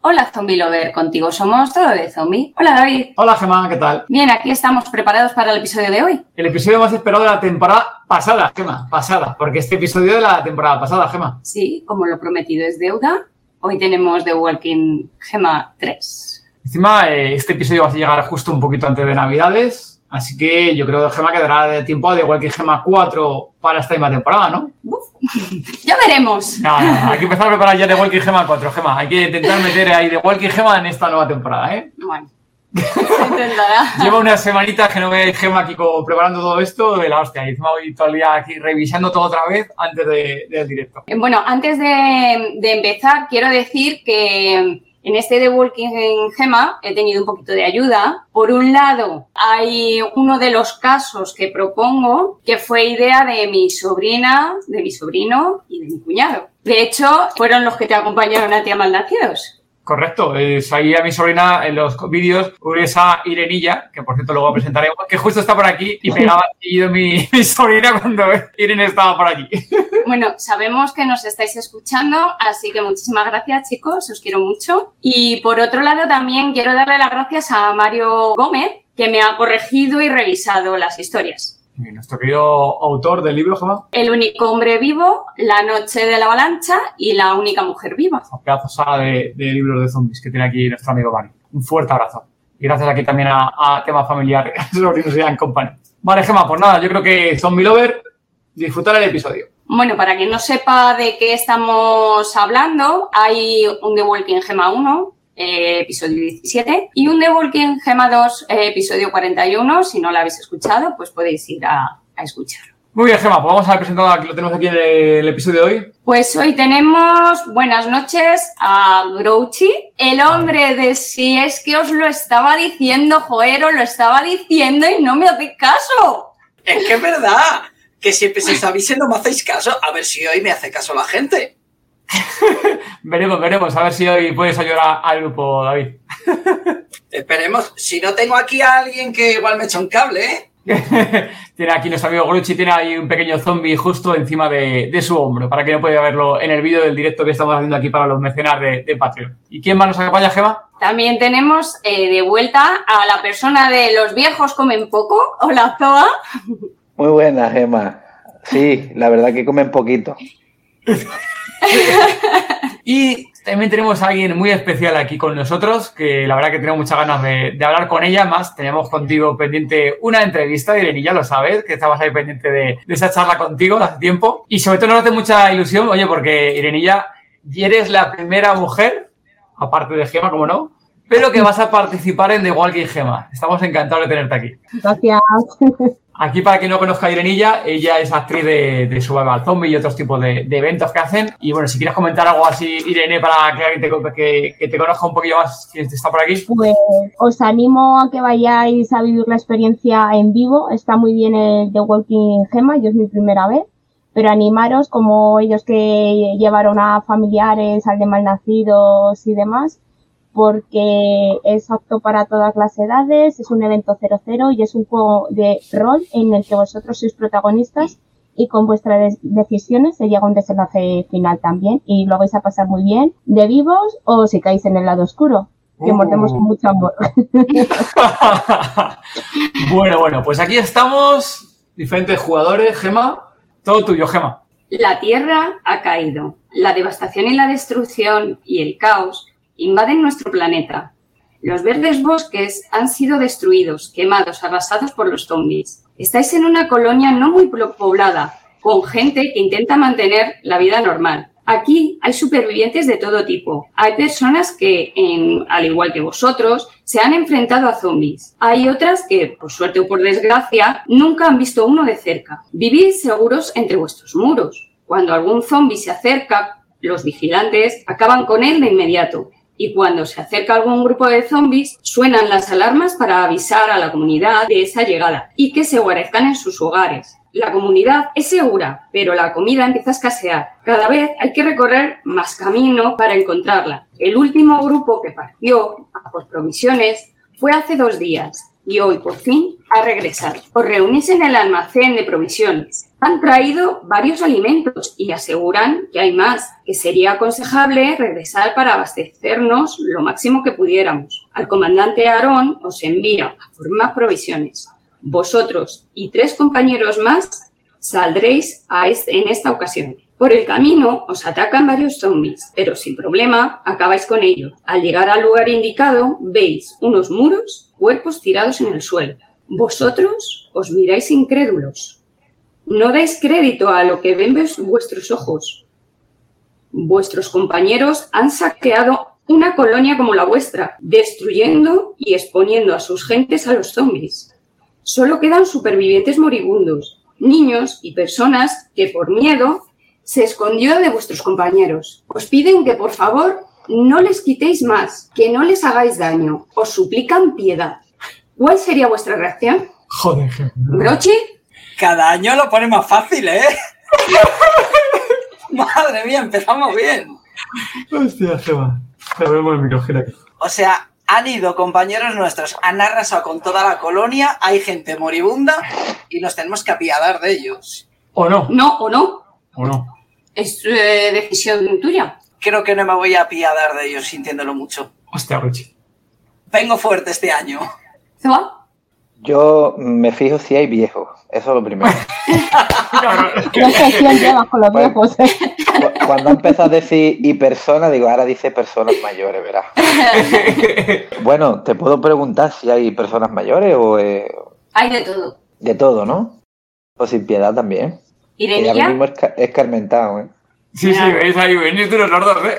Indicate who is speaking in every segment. Speaker 1: Hola Zombie Lover, contigo somos Todo de Zombie. Hola David.
Speaker 2: Hola Gemma, ¿qué tal?
Speaker 1: Bien, aquí estamos preparados para el episodio de hoy.
Speaker 2: El episodio más esperado de la temporada pasada, Gemma, pasada, porque este episodio de la temporada pasada, Gemma.
Speaker 1: Sí, como lo prometido es deuda, hoy tenemos The Walking Gema 3.
Speaker 2: Encima, eh, este episodio va a llegar justo un poquito antes de Navidades, así que yo creo que Gemma quedará de tiempo, al igual que Gemma 4 para esta misma temporada, ¿no?
Speaker 1: Ya veremos.
Speaker 2: No, no, no, hay que empezar a preparar ya The Walking Gemma 4, Gemma. Hay que intentar meter ahí The Walking Gemma en esta nueva temporada, ¿eh?
Speaker 1: Bueno, se intentará.
Speaker 2: Lleva unas semanitas que no veis Gemma aquí como preparando todo esto de la hostia. Y encima hoy todo el día aquí revisando todo otra vez antes de- del directo.
Speaker 1: Bueno, antes de, de empezar, quiero decir que en este The Walking Gema he tenido un poquito de ayuda. Por un lado, hay uno de los casos que propongo que fue idea de mi sobrina, de mi sobrino y de mi cuñado. De hecho, fueron los que te acompañaron a ti a Malnacidos.
Speaker 2: Correcto, eh, ahí a mi sobrina en los vídeos, esa Irenilla, que por cierto luego presentaré, que justo está por aquí y pegaba seguido mi, mi sobrina cuando Irene estaba por aquí.
Speaker 1: Bueno, sabemos que nos estáis escuchando, así que muchísimas gracias, chicos. Os quiero mucho. Y por otro lado, también quiero darle las gracias a Mario Gómez, que me ha corregido y revisado las historias.
Speaker 2: Y nuestro querido autor del libro, Gemma,
Speaker 1: El único hombre vivo, La noche de la avalancha y La única mujer viva.
Speaker 2: una pedazo saga de, de libros de zombies que tiene aquí nuestro amigo Mario. Un fuerte abrazo. Y gracias aquí también a, a Tema Familiar, Sobrinos y Company. Vale, Gemma, pues nada, yo creo que Zombie Lover, disfrutar el episodio.
Speaker 1: Bueno, para quien no sepa de qué estamos hablando, hay un The Walking Gema 1, eh, episodio 17, y un The Walking Gema 2, eh, episodio 41. Si no lo habéis escuchado, pues podéis ir a, a escucharlo.
Speaker 2: Muy bien, Gemma, pues vamos a presentar, aquí lo tenemos aquí en el, el episodio de hoy.
Speaker 1: Pues hoy tenemos buenas noches a Grouchy, el hombre de si es que os lo estaba diciendo, Joero, lo estaba diciendo y no me hacéis caso.
Speaker 3: Es que es verdad. Que siempre se os avise no me hacéis caso. A ver si hoy me hace caso la gente.
Speaker 2: Veremos, veremos, a ver si hoy puedes ayudar al grupo, David.
Speaker 3: Esperemos. Si no tengo aquí a alguien que igual me echa un cable, ¿eh?
Speaker 2: tiene aquí nuestro amigo Gruchi, tiene ahí un pequeño zombie justo encima de, de su hombro, para que no pueda verlo en el vídeo del directo que estamos haciendo aquí para los mecenas de, de Patreon. ¿Y quién más nos acompaña, Gema?
Speaker 1: También tenemos eh, de vuelta a la persona de los viejos comen poco. Hola, Zoa.
Speaker 4: Muy buena, Gema. Sí, la verdad que comen poquito.
Speaker 2: Y también tenemos a alguien muy especial aquí con nosotros, que la verdad que tenemos muchas ganas de, de hablar con ella, más teníamos contigo pendiente una entrevista, Irene, ya lo sabes, que estabas ahí pendiente de, de esa charla contigo hace tiempo. Y sobre todo nos hace mucha ilusión, oye, porque Irenilla, eres la primera mujer, aparte de Gema, como no, pero que vas a participar en The Walking Gema. Estamos encantados de tenerte aquí.
Speaker 5: Gracias.
Speaker 2: Aquí, para quien no conozca a Irenilla, ella es actriz de, de Survival Zombie y otros tipos de, de eventos que hacen. Y bueno, si quieres comentar algo así, Irene, para que alguien te, co- que, que te conozca un poquillo más, que está por aquí.
Speaker 5: Pues os animo a que vayáis a vivir la experiencia en vivo. Está muy bien el The Walking Gema, yo es mi primera vez. Pero animaros, como ellos que llevaron a familiares, al de malnacidos y demás, porque es apto para todas las edades, es un evento 00 y es un juego de rol en el que vosotros sois protagonistas y con vuestras des- decisiones se llega a un desenlace final también y lo vais a pasar muy bien de vivos o si caéis en el lado oscuro, que
Speaker 2: Uh.
Speaker 5: mordemos con mucho amor.
Speaker 2: bueno, bueno, pues aquí estamos, diferentes jugadores, Gema. Todo tuyo, Gema.
Speaker 1: La tierra ha caído. La devastación y la destrucción y el caos invaden nuestro planeta. Los verdes bosques han sido destruidos, quemados, arrasados por los zombies. Estáis en una colonia no muy po- poblada, con gente que intenta mantener la vida normal. Aquí hay supervivientes de todo tipo. Hay personas que, en- al igual que vosotros, se han enfrentado a zombies. Hay otras que, por suerte o por desgracia, nunca han visto uno de cerca. Vivid seguros entre vuestros muros. Cuando algún zombie se acerca, los vigilantes acaban con él de inmediato. Y cuando se acerca algún grupo de zombies, suenan las alarmas para avisar a la comunidad de esa llegada y que se guarezcan en sus hogares. La comunidad es segura, pero la comida empieza a escasear. Cada vez hay que recorrer más camino para encontrarla. El último grupo que partió a por provisiones fue hace dos días y hoy por fin ha regresado. Os reunís en el almacén de provisiones. Han traído varios alimentos y aseguran que hay más, que sería aconsejable regresar para abastecernos lo máximo que pudiéramos. Al comandante Aarón os envía a por más provisiones. Vosotros y tres compañeros más saldréis a es- en esta ocasión. Por el camino os atacan varios zombies, pero sin problema acabáis con ellos. Al llegar al lugar indicado veis unos muros, cuerpos tirados en el suelo. Vosotros os miráis incrédulos. No dais crédito a lo que ven vues- vuestros ojos. Vuestros compañeros han saqueado una colonia como la vuestra, destruyendo y exponiendo a sus gentes a los zombies. Solo quedan supervivientes moribundos, niños y personas que por miedo se escondió de vuestros compañeros. Os piden que por favor no les quitéis más, que no les hagáis daño. Os suplican piedad. ¿Cuál sería vuestra reacción?
Speaker 2: Joder, jefe.
Speaker 1: ¿Brochi?
Speaker 3: Cada año lo pone más fácil, ¿eh? Madre mía, empezamos bien.
Speaker 2: Hostia, Gema. Te abrimos el micro, gira.
Speaker 3: O sea, han ido compañeros nuestros, han arrasado con toda la colonia, hay gente moribunda y nos tenemos que apiadar de ellos.
Speaker 2: O no,
Speaker 1: No o no.
Speaker 2: o no.
Speaker 1: Es eh, decisión tuya.
Speaker 3: Creo que no me voy a apiadar de ellos sintiéndolo mucho.
Speaker 2: Hostia, Rochi.
Speaker 3: Vengo fuerte este año.
Speaker 1: Zoa,
Speaker 4: Yo me fijo si hay viejos. Eso es lo primero.
Speaker 5: ¿Qué obsesión llevas con los
Speaker 4: Bueno.
Speaker 5: viejos? ¿eh?
Speaker 4: Cu- Cuando empieza a decir y personas, digo, ahora dice personas mayores, verás. Bueno, te puedo preguntar si hay personas mayores o eh,
Speaker 1: hay de todo.
Speaker 4: de todo, ¿no? O sin piedad también. Ella ahora
Speaker 1: Irenilla,
Speaker 4: mismo es, ca- es carmentado, ¿eh?
Speaker 2: Sí, sí, veis ahí, venís duros los dos, ¿eh?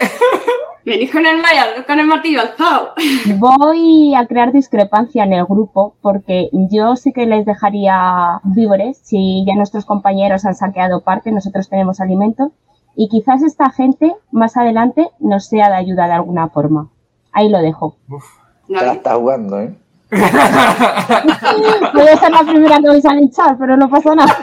Speaker 1: venís con el Ryan, con el martillo alzado.
Speaker 5: Voy a crear discrepancia en el grupo porque yo sí que les dejaría víveres si ya nuestros compañeros han saqueado parte, nosotros tenemos alimentos y quizás esta gente más adelante nos sea de ayuda de alguna forma. Ahí lo dejo.
Speaker 4: Te la
Speaker 1: Vale.
Speaker 4: está jugando, ¿eh?
Speaker 5: Puede ser la primera que vais a linchar, pero no pasa nada.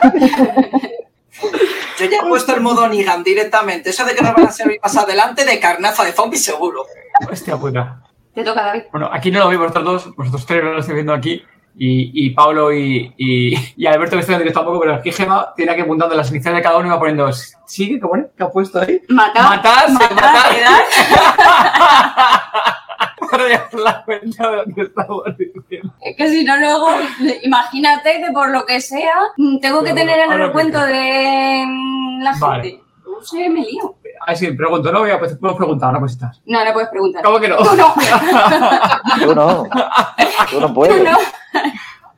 Speaker 3: Yo ya he puesto el modo Nigan directamente. Eso de que nos van a servir más adelante de carnaza de zombie seguro.
Speaker 2: Hostia puta.
Speaker 1: Te toca, David.
Speaker 2: Bueno, aquí no lo veis vosotros dos, vosotros tres no lo estáis viendo aquí. Y, y Pablo y, y, y Alberto que están en directo tampoco, pero aquí Gema tiene aquí apuntando las iniciales de cada uno y va poniendo. ¿Sí? ¿Qué pone? ¿Qué ha puesto ahí?
Speaker 1: Matar.
Speaker 2: Matarse, matar.
Speaker 1: quedar.
Speaker 2: Ahora ya os la cuenta de lo que estamos diciendo.
Speaker 1: Es que si no, luego, imagínate que por lo que sea, mm, tengo que
Speaker 2: Claro,
Speaker 1: tener el
Speaker 2: ahora
Speaker 1: recuento de mm, la gente.
Speaker 2: Vale.
Speaker 1: No sé, me lío.
Speaker 2: Ay, sí, pregunto, no, voy a pues, puedo preguntar una cosita.
Speaker 1: No, no puedes preguntar.
Speaker 2: ¿Cómo que no?
Speaker 1: Tú no.
Speaker 4: Tú no. Tú no
Speaker 1: tú
Speaker 4: puedes.
Speaker 1: no.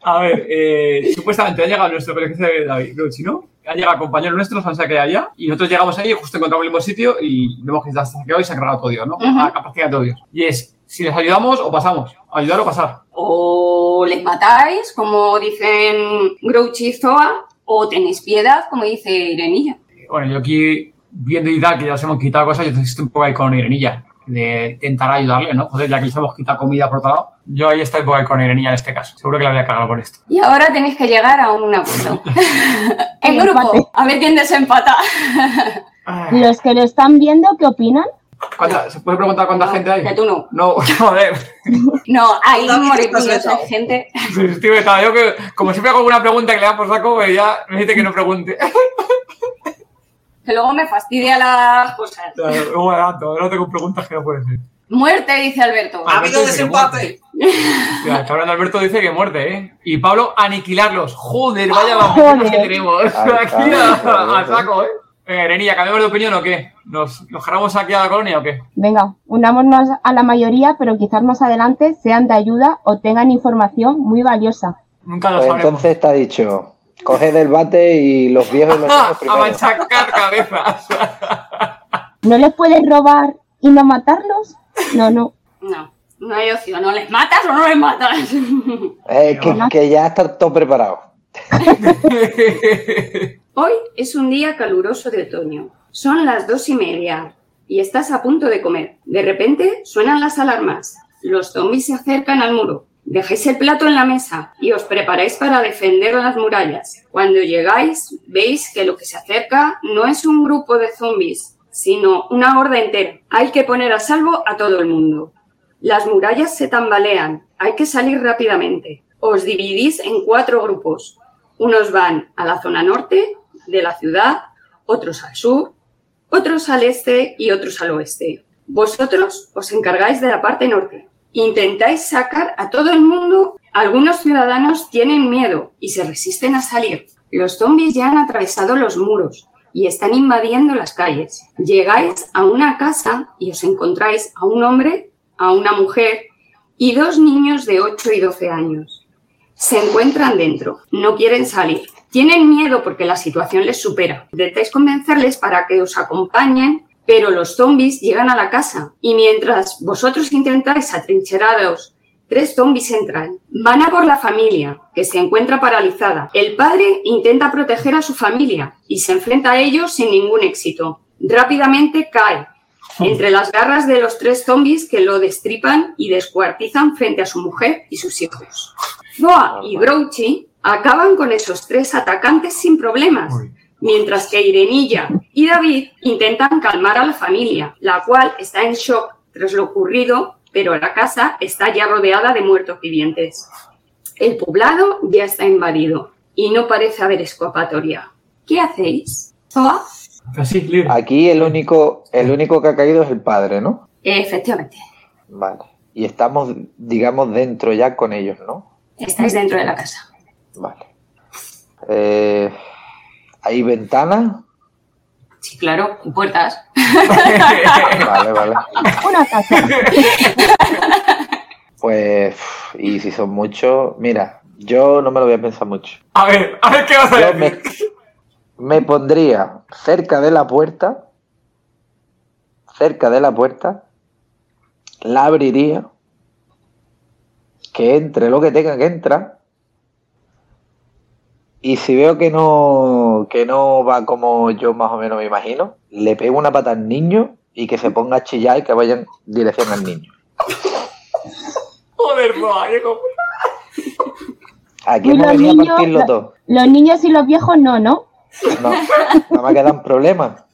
Speaker 2: A ver, eh, supuestamente ha llegado nuestro colegio de David Grucci, ¿no? Ha llegado compañeros nuestros, han saqueado allá, y nosotros llegamos ahí, justo encontramos el mismo sitio, y vemos que está saqueado y se ha cargado todo Dios, ¿no?
Speaker 1: Ujú.
Speaker 2: La capacidad de todo Dios. Y es, si les ayudamos o pasamos. Ayudar o pasar.
Speaker 1: O les matáis, como dicen Grouchy y Zoa, o tenéis piedad, como dice Irenilla.
Speaker 2: Bueno, yo aquí, viendo y tal, que ya nos hemos quitado cosas, yo estoy un poco ahí con Irenilla, de intentar ayudarle, ¿no? Joder, ya que les hemos quitado comida por otro lado, yo ahí estoy un poco ahí con Irenilla en este caso. Seguro que la voy a cagar por esto.
Speaker 1: Y ahora tenéis que llegar a un acuerdo. en
Speaker 5: El empate.
Speaker 1: grupo, a ver quién desempata. Ah.
Speaker 5: Los que lo están viendo, ¿qué opinan?
Speaker 2: ¿Cuánta- ¿Se puede preguntar cuánta gente hay?
Speaker 1: Que tú no.
Speaker 2: No, joder.
Speaker 1: No, hay
Speaker 3: Tú también estás
Speaker 1: moribundos,
Speaker 3: vetado.
Speaker 1: hay gente.
Speaker 2: Sí, estoy vetado. Yo que, como siempre hago alguna pregunta que le dan por saco, pues ya me dice que no pregunte.
Speaker 1: Que luego me fastidia las cosas.
Speaker 2: Luego adelanto, ahora tengo preguntas que no pueden ser.
Speaker 1: Muerte, dice Alberto.
Speaker 2: Ah,
Speaker 3: Ha habido desempate.
Speaker 2: Hostia, el cabrón de Alberto dice que muerte, ¿eh? Y Pablo, aniquilarlos. Joder, vaya vamos
Speaker 5: Joder.
Speaker 2: que tenemos.
Speaker 4: Ahí está,
Speaker 2: Aquí a,
Speaker 4: joder.
Speaker 2: a saco, ¿eh? Eh, Renilla, ¿cambiamos de opinión o qué? ¿Nos, ¿Nos jaramos aquí a la colonia o qué?
Speaker 5: Venga, unámonos a la mayoría, pero quizás más adelante sean de ayuda o tengan información muy valiosa.
Speaker 2: Nunca lo
Speaker 4: Pues
Speaker 2: sabremos.
Speaker 4: entonces está dicho. Coged el bate y los viejos y los niños
Speaker 2: ¡Ah! a
Speaker 4: primero.
Speaker 2: machacar cabezas.
Speaker 5: ¿No les puedes robar y no matarlos? No, no.
Speaker 1: No, no hay opción. ¿No les matas o no les matas?
Speaker 4: Eh, que,
Speaker 5: Pero-
Speaker 4: que ya está todo preparado.
Speaker 1: Hoy es un día caluroso de otoño. Son las dos y media y estás a punto de comer. De repente suenan las alarmas. Los zombies se acercan al muro. Dejáis el plato en la mesa y os preparáis para defender las murallas. Cuando llegáis, veis que lo que se acerca no es un grupo de zombies, sino una horda entera. Hay que poner a salvo a todo el mundo. Las murallas se tambalean. Hay que salir rápidamente. Os dividís en cuatro grupos. Unos van a la zona norte de la ciudad, otros al sur, otros al este y otros al oeste. Vosotros os encargáis de la parte norte. Intentáis sacar a todo el mundo. Algunos ciudadanos tienen miedo y se resisten a salir. Los zombies ya han atravesado los muros y están invadiendo las calles. Llegáis a una casa y os encontráis a un hombre, a una mujer y dos niños de 8 y 12 años. Se encuentran dentro, no quieren salir. Tienen miedo porque la situación les supera. Intentáis convencerles para que os acompañen, pero los zombies llegan a la casa y mientras vosotros intentáis atrincheraros, tres zombies entran. Van a por la familia, que se encuentra paralizada. El padre intenta proteger a su familia y se enfrenta a ellos sin ningún éxito. Rápidamente cae entre las garras de los tres zombies que lo destripan y descuartizan frente a su mujer y sus hijos. Zoa y Grouchy acaban con esos tres atacantes sin problemas, mientras que Irenilla y David intentan calmar a la familia, la cual está en shock tras lo ocurrido, pero la casa está ya rodeada de muertos vivientes. El poblado ya está invadido y no parece haber escapatoria. ¿Qué hacéis? Zoa,
Speaker 2: Así, libre.
Speaker 4: Aquí el único, el único que ha caído es el padre, ¿no?
Speaker 1: efectivamente,
Speaker 4: Vale. Y estamos, digamos, dentro ya con ellos, ¿no?
Speaker 1: estáis dentro de la casa.
Speaker 4: Vale. Eh, ¿Hay ventana?
Speaker 1: Sí, claro, y puertas.
Speaker 4: Vale, vale.
Speaker 5: Una casa.
Speaker 4: Pues, uf, y si son muchos, mira, yo no me lo voy a pensar mucho.
Speaker 2: A ver, a ver qué vas a
Speaker 4: Yo
Speaker 2: decir.
Speaker 4: me, me pondría cerca de la puerta, cerca de la puerta, la abriría, que entre lo que tenga que entrar, y si veo que no, que no va como yo más o menos me imagino, le pego una pata al niño y que se ponga a chillar y que vayan dirección al niño.
Speaker 2: Joder, Zoa, yo como-
Speaker 4: Aquí
Speaker 5: Y
Speaker 4: hemos
Speaker 5: Pues los
Speaker 4: venido a
Speaker 5: niños-
Speaker 4: partir los dos.
Speaker 5: Los niños y los viejos no, ¿no?
Speaker 4: No, no me quedan problemas.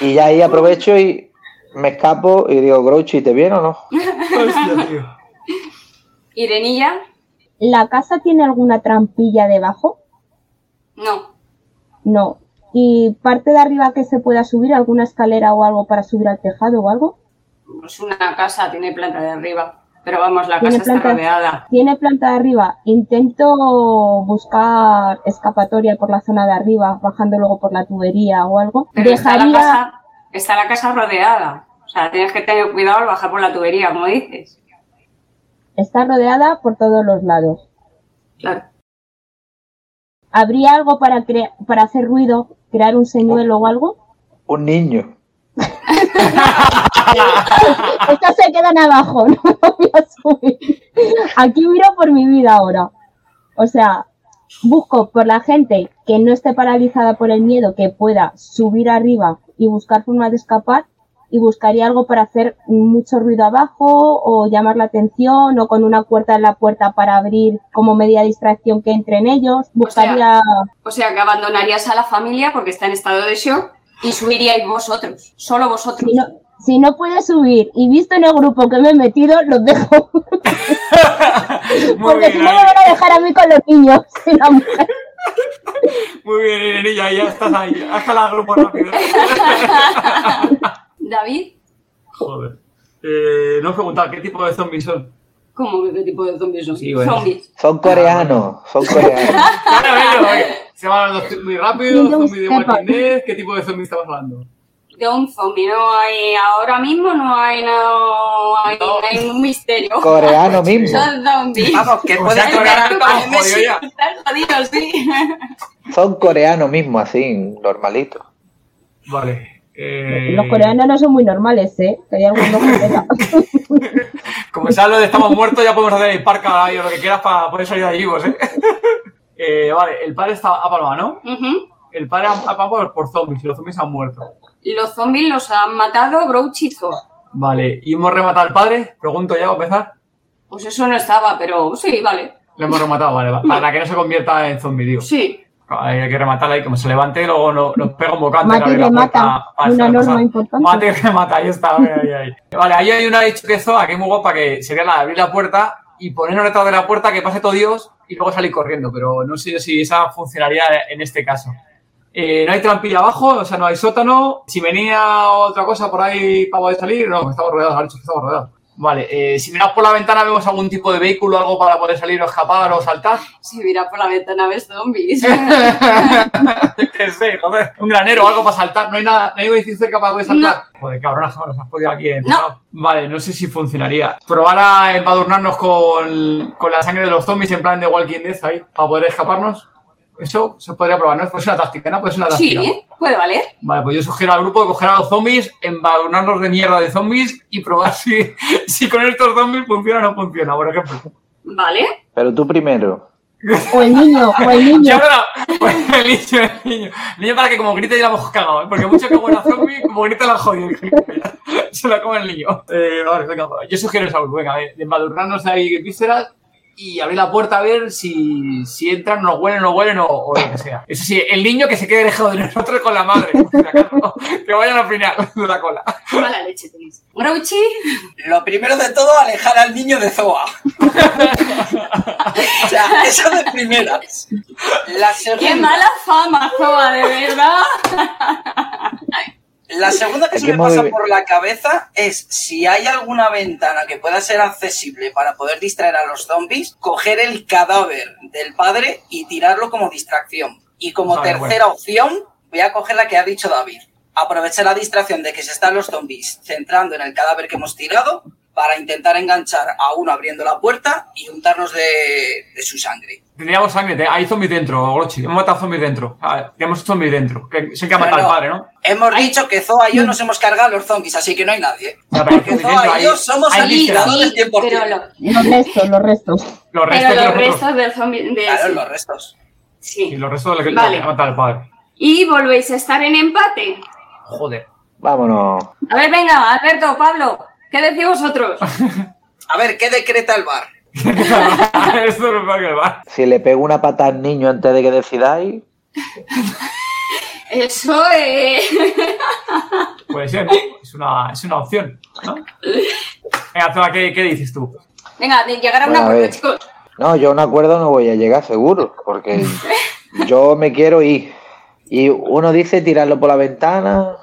Speaker 4: Y ya ahí aprovecho y me escapo y digo, Grouchy, ¿te viene o no?
Speaker 2: Hostia, tío.
Speaker 1: ¿Irenilla?
Speaker 5: ¿La casa tiene alguna trampilla debajo?
Speaker 1: No.
Speaker 5: No. ¿Y parte de arriba que se pueda subir? ¿Alguna escalera o algo para subir al tejado o algo?
Speaker 1: Es pues una casa, tiene planta de arriba. Pero vamos, la
Speaker 5: Tiene
Speaker 1: casa está
Speaker 5: planta.
Speaker 1: rodeada.
Speaker 5: Tiene planta de arriba. Intento buscar escapatoria por la zona de arriba, bajando luego por la tubería o algo.
Speaker 1: Pero está, la
Speaker 5: Dejaría.
Speaker 1: casa, está la casa rodeada. O sea, tienes que tener cuidado al bajar por la tubería, como dices.
Speaker 5: Está rodeada por todos los lados.
Speaker 1: Claro.
Speaker 5: ¿Habría algo para, crea- para hacer ruido? ¿Crear un señuelo o algo?
Speaker 4: Un niño.
Speaker 5: Estos se quedan abajo, no voy a subir. Aquí miro por mi vida ahora. O sea, busco por la gente que no esté paralizada por el miedo, que pueda subir arriba y buscar formas de escapar y buscaría algo para hacer mucho ruido abajo o llamar la atención o con una puerta en la puerta para abrir como media distracción que entren ellos. Buscaría...
Speaker 1: O sea, que abandonarías a la familia porque está en estado de shock y subiríais vosotros. Solo vosotros.
Speaker 5: Si no, si no puede subir y visto en el grupo que me he metido, los dejo.
Speaker 2: Muy
Speaker 5: Porque si
Speaker 2: bien,
Speaker 5: no me
Speaker 2: ahí.
Speaker 5: van a dejar a mí con los niños y la mujer.
Speaker 2: Muy bien, Irenilla, ya estás ahí. Haz la grupo rápido.
Speaker 1: David,
Speaker 2: Joder. Eh, no os he preguntado qué tipo de zombies son.
Speaker 1: ¿cómo que qué tipo de zombies son?
Speaker 2: Sí, bueno.
Speaker 1: Zombies.
Speaker 4: Son coreanos, son coreanos.
Speaker 2: Claro, bueno, oye, se van los zombies rápidos,
Speaker 5: Windows
Speaker 2: zombies de Walking
Speaker 5: Stepan.
Speaker 2: Dead. ¿Qué tipo de zombies estamos hablando?
Speaker 1: De un zombie, no hay. Ahora mismo no hay, no hay,
Speaker 2: No.
Speaker 1: hay un misterio.
Speaker 4: Coreano mismo.
Speaker 1: Son zombies.
Speaker 3: Vamos, que
Speaker 2: O sea,
Speaker 3: puede
Speaker 2: que ahora
Speaker 3: tocar
Speaker 2: estamos
Speaker 3: pues, con Ah, Messi.
Speaker 2: jodidos
Speaker 1: Estás jodido, sí.
Speaker 4: Son coreanos mismo, así, normalito.
Speaker 2: Vale. eh,
Speaker 5: Los coreanos no son muy normales, ¿eh? Que hay algunos que venga.
Speaker 2: Como sea lo de estamos muertos, ya podemos hacer el parca ahí o lo que quieras para poder salir de allí, vos, ¿eh? Eh, Vale, el padre está a palma, ¿no?
Speaker 1: Ujú.
Speaker 2: El padre ha palma por, por zombies y los zombies han muerto.
Speaker 1: Los zombies los han matado Grouchizo.
Speaker 2: Vale, ¿y hemos rematado al padre? Pregunto ya para empezar.
Speaker 1: Pues eso no estaba, pero sí, vale.
Speaker 2: Lo hemos rematado, vale, va- para que no se convierta en zombie, digo.
Speaker 1: Sí.
Speaker 2: Hay que rematarla y como se levante, luego no- nos pega un bocante.
Speaker 5: Mate
Speaker 2: que abre
Speaker 5: y
Speaker 2: la
Speaker 5: remata,
Speaker 2: puerta para
Speaker 5: una
Speaker 2: hacer
Speaker 5: norma
Speaker 2: cosas.
Speaker 5: importante.
Speaker 2: Mate y remata, ahí está. ahí, ahí, ahí. Vale, ahí hay una hechizo que es muy guapa, que sería la de abrir la puerta y ponernos detrás de la puerta, que pase todo Dios y luego salir corriendo, pero no sé yo si esa funcionaría en este caso. Eh, no hay trampilla abajo, o sea, no hay sótano. Si venía otra cosa por ahí para poder salir, no, estamos rodeados, ha dicho que estamos rodeados. Vale, eh, si miramos por la ventana vemos algún tipo de vehículo, algo para poder salir o escapar o saltar.
Speaker 1: Si mira por la ventana ves zombies.
Speaker 2: Que sé, joder. Un granero o algo para saltar. No hay nada, no hay un edificio cerca para poder saltar. Joder, cabrón, nos has podido aquí encerrado. Vale, no sé si funcionaría. Probar a embadurnarnos con, con la sangre de los zombies en plan de Walking Dead ahí, para poder escaparnos. Eso se podría probar, ¿no? Es pues una táctica, ¿no? Pues es una
Speaker 1: sí,
Speaker 2: táctica.
Speaker 1: puede valer.
Speaker 2: Vale, pues yo sugiero al grupo coger a los zombies, embadurnarnos de mierda de zombies y probar si, si con estos zombies funciona o no funciona, por ejemplo.
Speaker 1: Vale.
Speaker 4: Pero tú primero.
Speaker 5: O el niño, o el
Speaker 2: Y
Speaker 5: niño.
Speaker 2: ahora, pues, el niño, el niño. El niño para que como grite ya la hemos cagado, ¿eh? porque mucho que buena zombie, como grita la jodido. Se la come el niño. Eh, vale, venga, va. yo sugiero esa venga, a ver, de embadurnarnos ahí vísceras y abrir la puerta a ver si, si entran, nos huelen, no huelen o, o lo que sea. Eso sí, el niño que se quede alejado de nosotros con la madre, por si acaso, que vayan al final de la cola.
Speaker 1: Mala leche tenéis. Grouchy,
Speaker 3: Lo primero de todo, alejar al niño de Zoa. o sea, eso de primeras. La
Speaker 1: qué
Speaker 3: segunda,
Speaker 1: mala fama, Zoa, de verdad.
Speaker 3: la segunda que
Speaker 4: Hay
Speaker 3: se
Speaker 4: que
Speaker 3: me pasa
Speaker 4: mover-
Speaker 3: por la cabeza es si hay alguna ventana que pueda ser accesible para poder distraer a los zombies, coger el cadáver del padre y tirarlo como distracción. Y como
Speaker 2: Vale,
Speaker 3: tercera opción, voy a coger la que ha dicho David. Aprovechar la distracción de que se están los zombies centrando en el cadáver que hemos tirado para intentar enganchar a uno abriendo la puerta y untarnos de, de su sangre.
Speaker 2: Teníamos sangre, te- hay zombies dentro, Orochi. Hemos matado zombies dentro. A ver, tenemos zombies dentro. Que, se que ha matado
Speaker 3: Bueno,
Speaker 2: al padre, ¿no?
Speaker 3: Hemos dicho que Zoa y yo nos hemos cargado a los zombies, así que no hay nadie.
Speaker 2: Ya, pero hay
Speaker 3: Que
Speaker 2: zombies
Speaker 3: Zoa
Speaker 2: dentro,
Speaker 3: y
Speaker 2: hay-
Speaker 3: yo somos
Speaker 2: hay
Speaker 3: aliados.
Speaker 2: vísceras.
Speaker 3: del 100%.
Speaker 1: pero, lo-
Speaker 5: Los restos, los restos.
Speaker 2: Los
Speaker 1: pero
Speaker 2: restos
Speaker 1: los
Speaker 2: de los otros-
Speaker 1: restos del zombie. de-
Speaker 3: Claro,
Speaker 1: sí,
Speaker 3: los restos.
Speaker 2: Y
Speaker 1: sí.
Speaker 2: los restos de la que
Speaker 1: Vale.
Speaker 2: la que mata el padre.
Speaker 1: Y volvéis a estar en empate.
Speaker 2: Joder.
Speaker 4: Vámonos.
Speaker 1: A ver, venga, Alberto, Pablo, ¿qué decís vosotros?
Speaker 3: A ver, ¿qué decreta el bar?
Speaker 2: Esto no va que va.
Speaker 4: Si le pego una pata al niño antes de que decidáis,
Speaker 1: Eso es.
Speaker 2: Puede ser, ¿no? es una, es una opción. ¿no? Venga, Zola, ¿qué, qué dices tú?
Speaker 1: Venga, de llegar a un
Speaker 4: Bueno, a
Speaker 1: acuerdo,
Speaker 4: ver.
Speaker 1: chicos.
Speaker 4: No, yo a un acuerdo no voy a llegar seguro, porque yo me quiero ir. Y uno dice tirarlo por la ventana.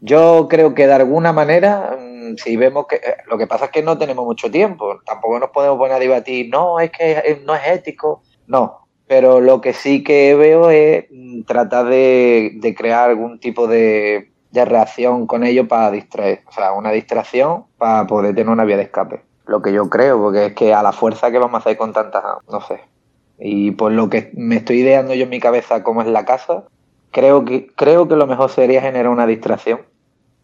Speaker 4: Yo creo que de alguna manera, mm, si vemos que... eh, Lo que pasa es que no tenemos mucho tiempo, tampoco nos podemos poner a debatir, no, es que eh, no es ético, no. Pero lo que sí que veo es mm, tratar de, de crear algún tipo de, de reacción con ello para distraer, o sea, una distracción para poder tener una vía de escape. Lo que yo creo, porque es que a la fuerza que vamos a hacer con tantas, no sé. Y por lo que me estoy ideando yo en mi cabeza cómo es la casa, creo que, creo que lo mejor sería generar una distracción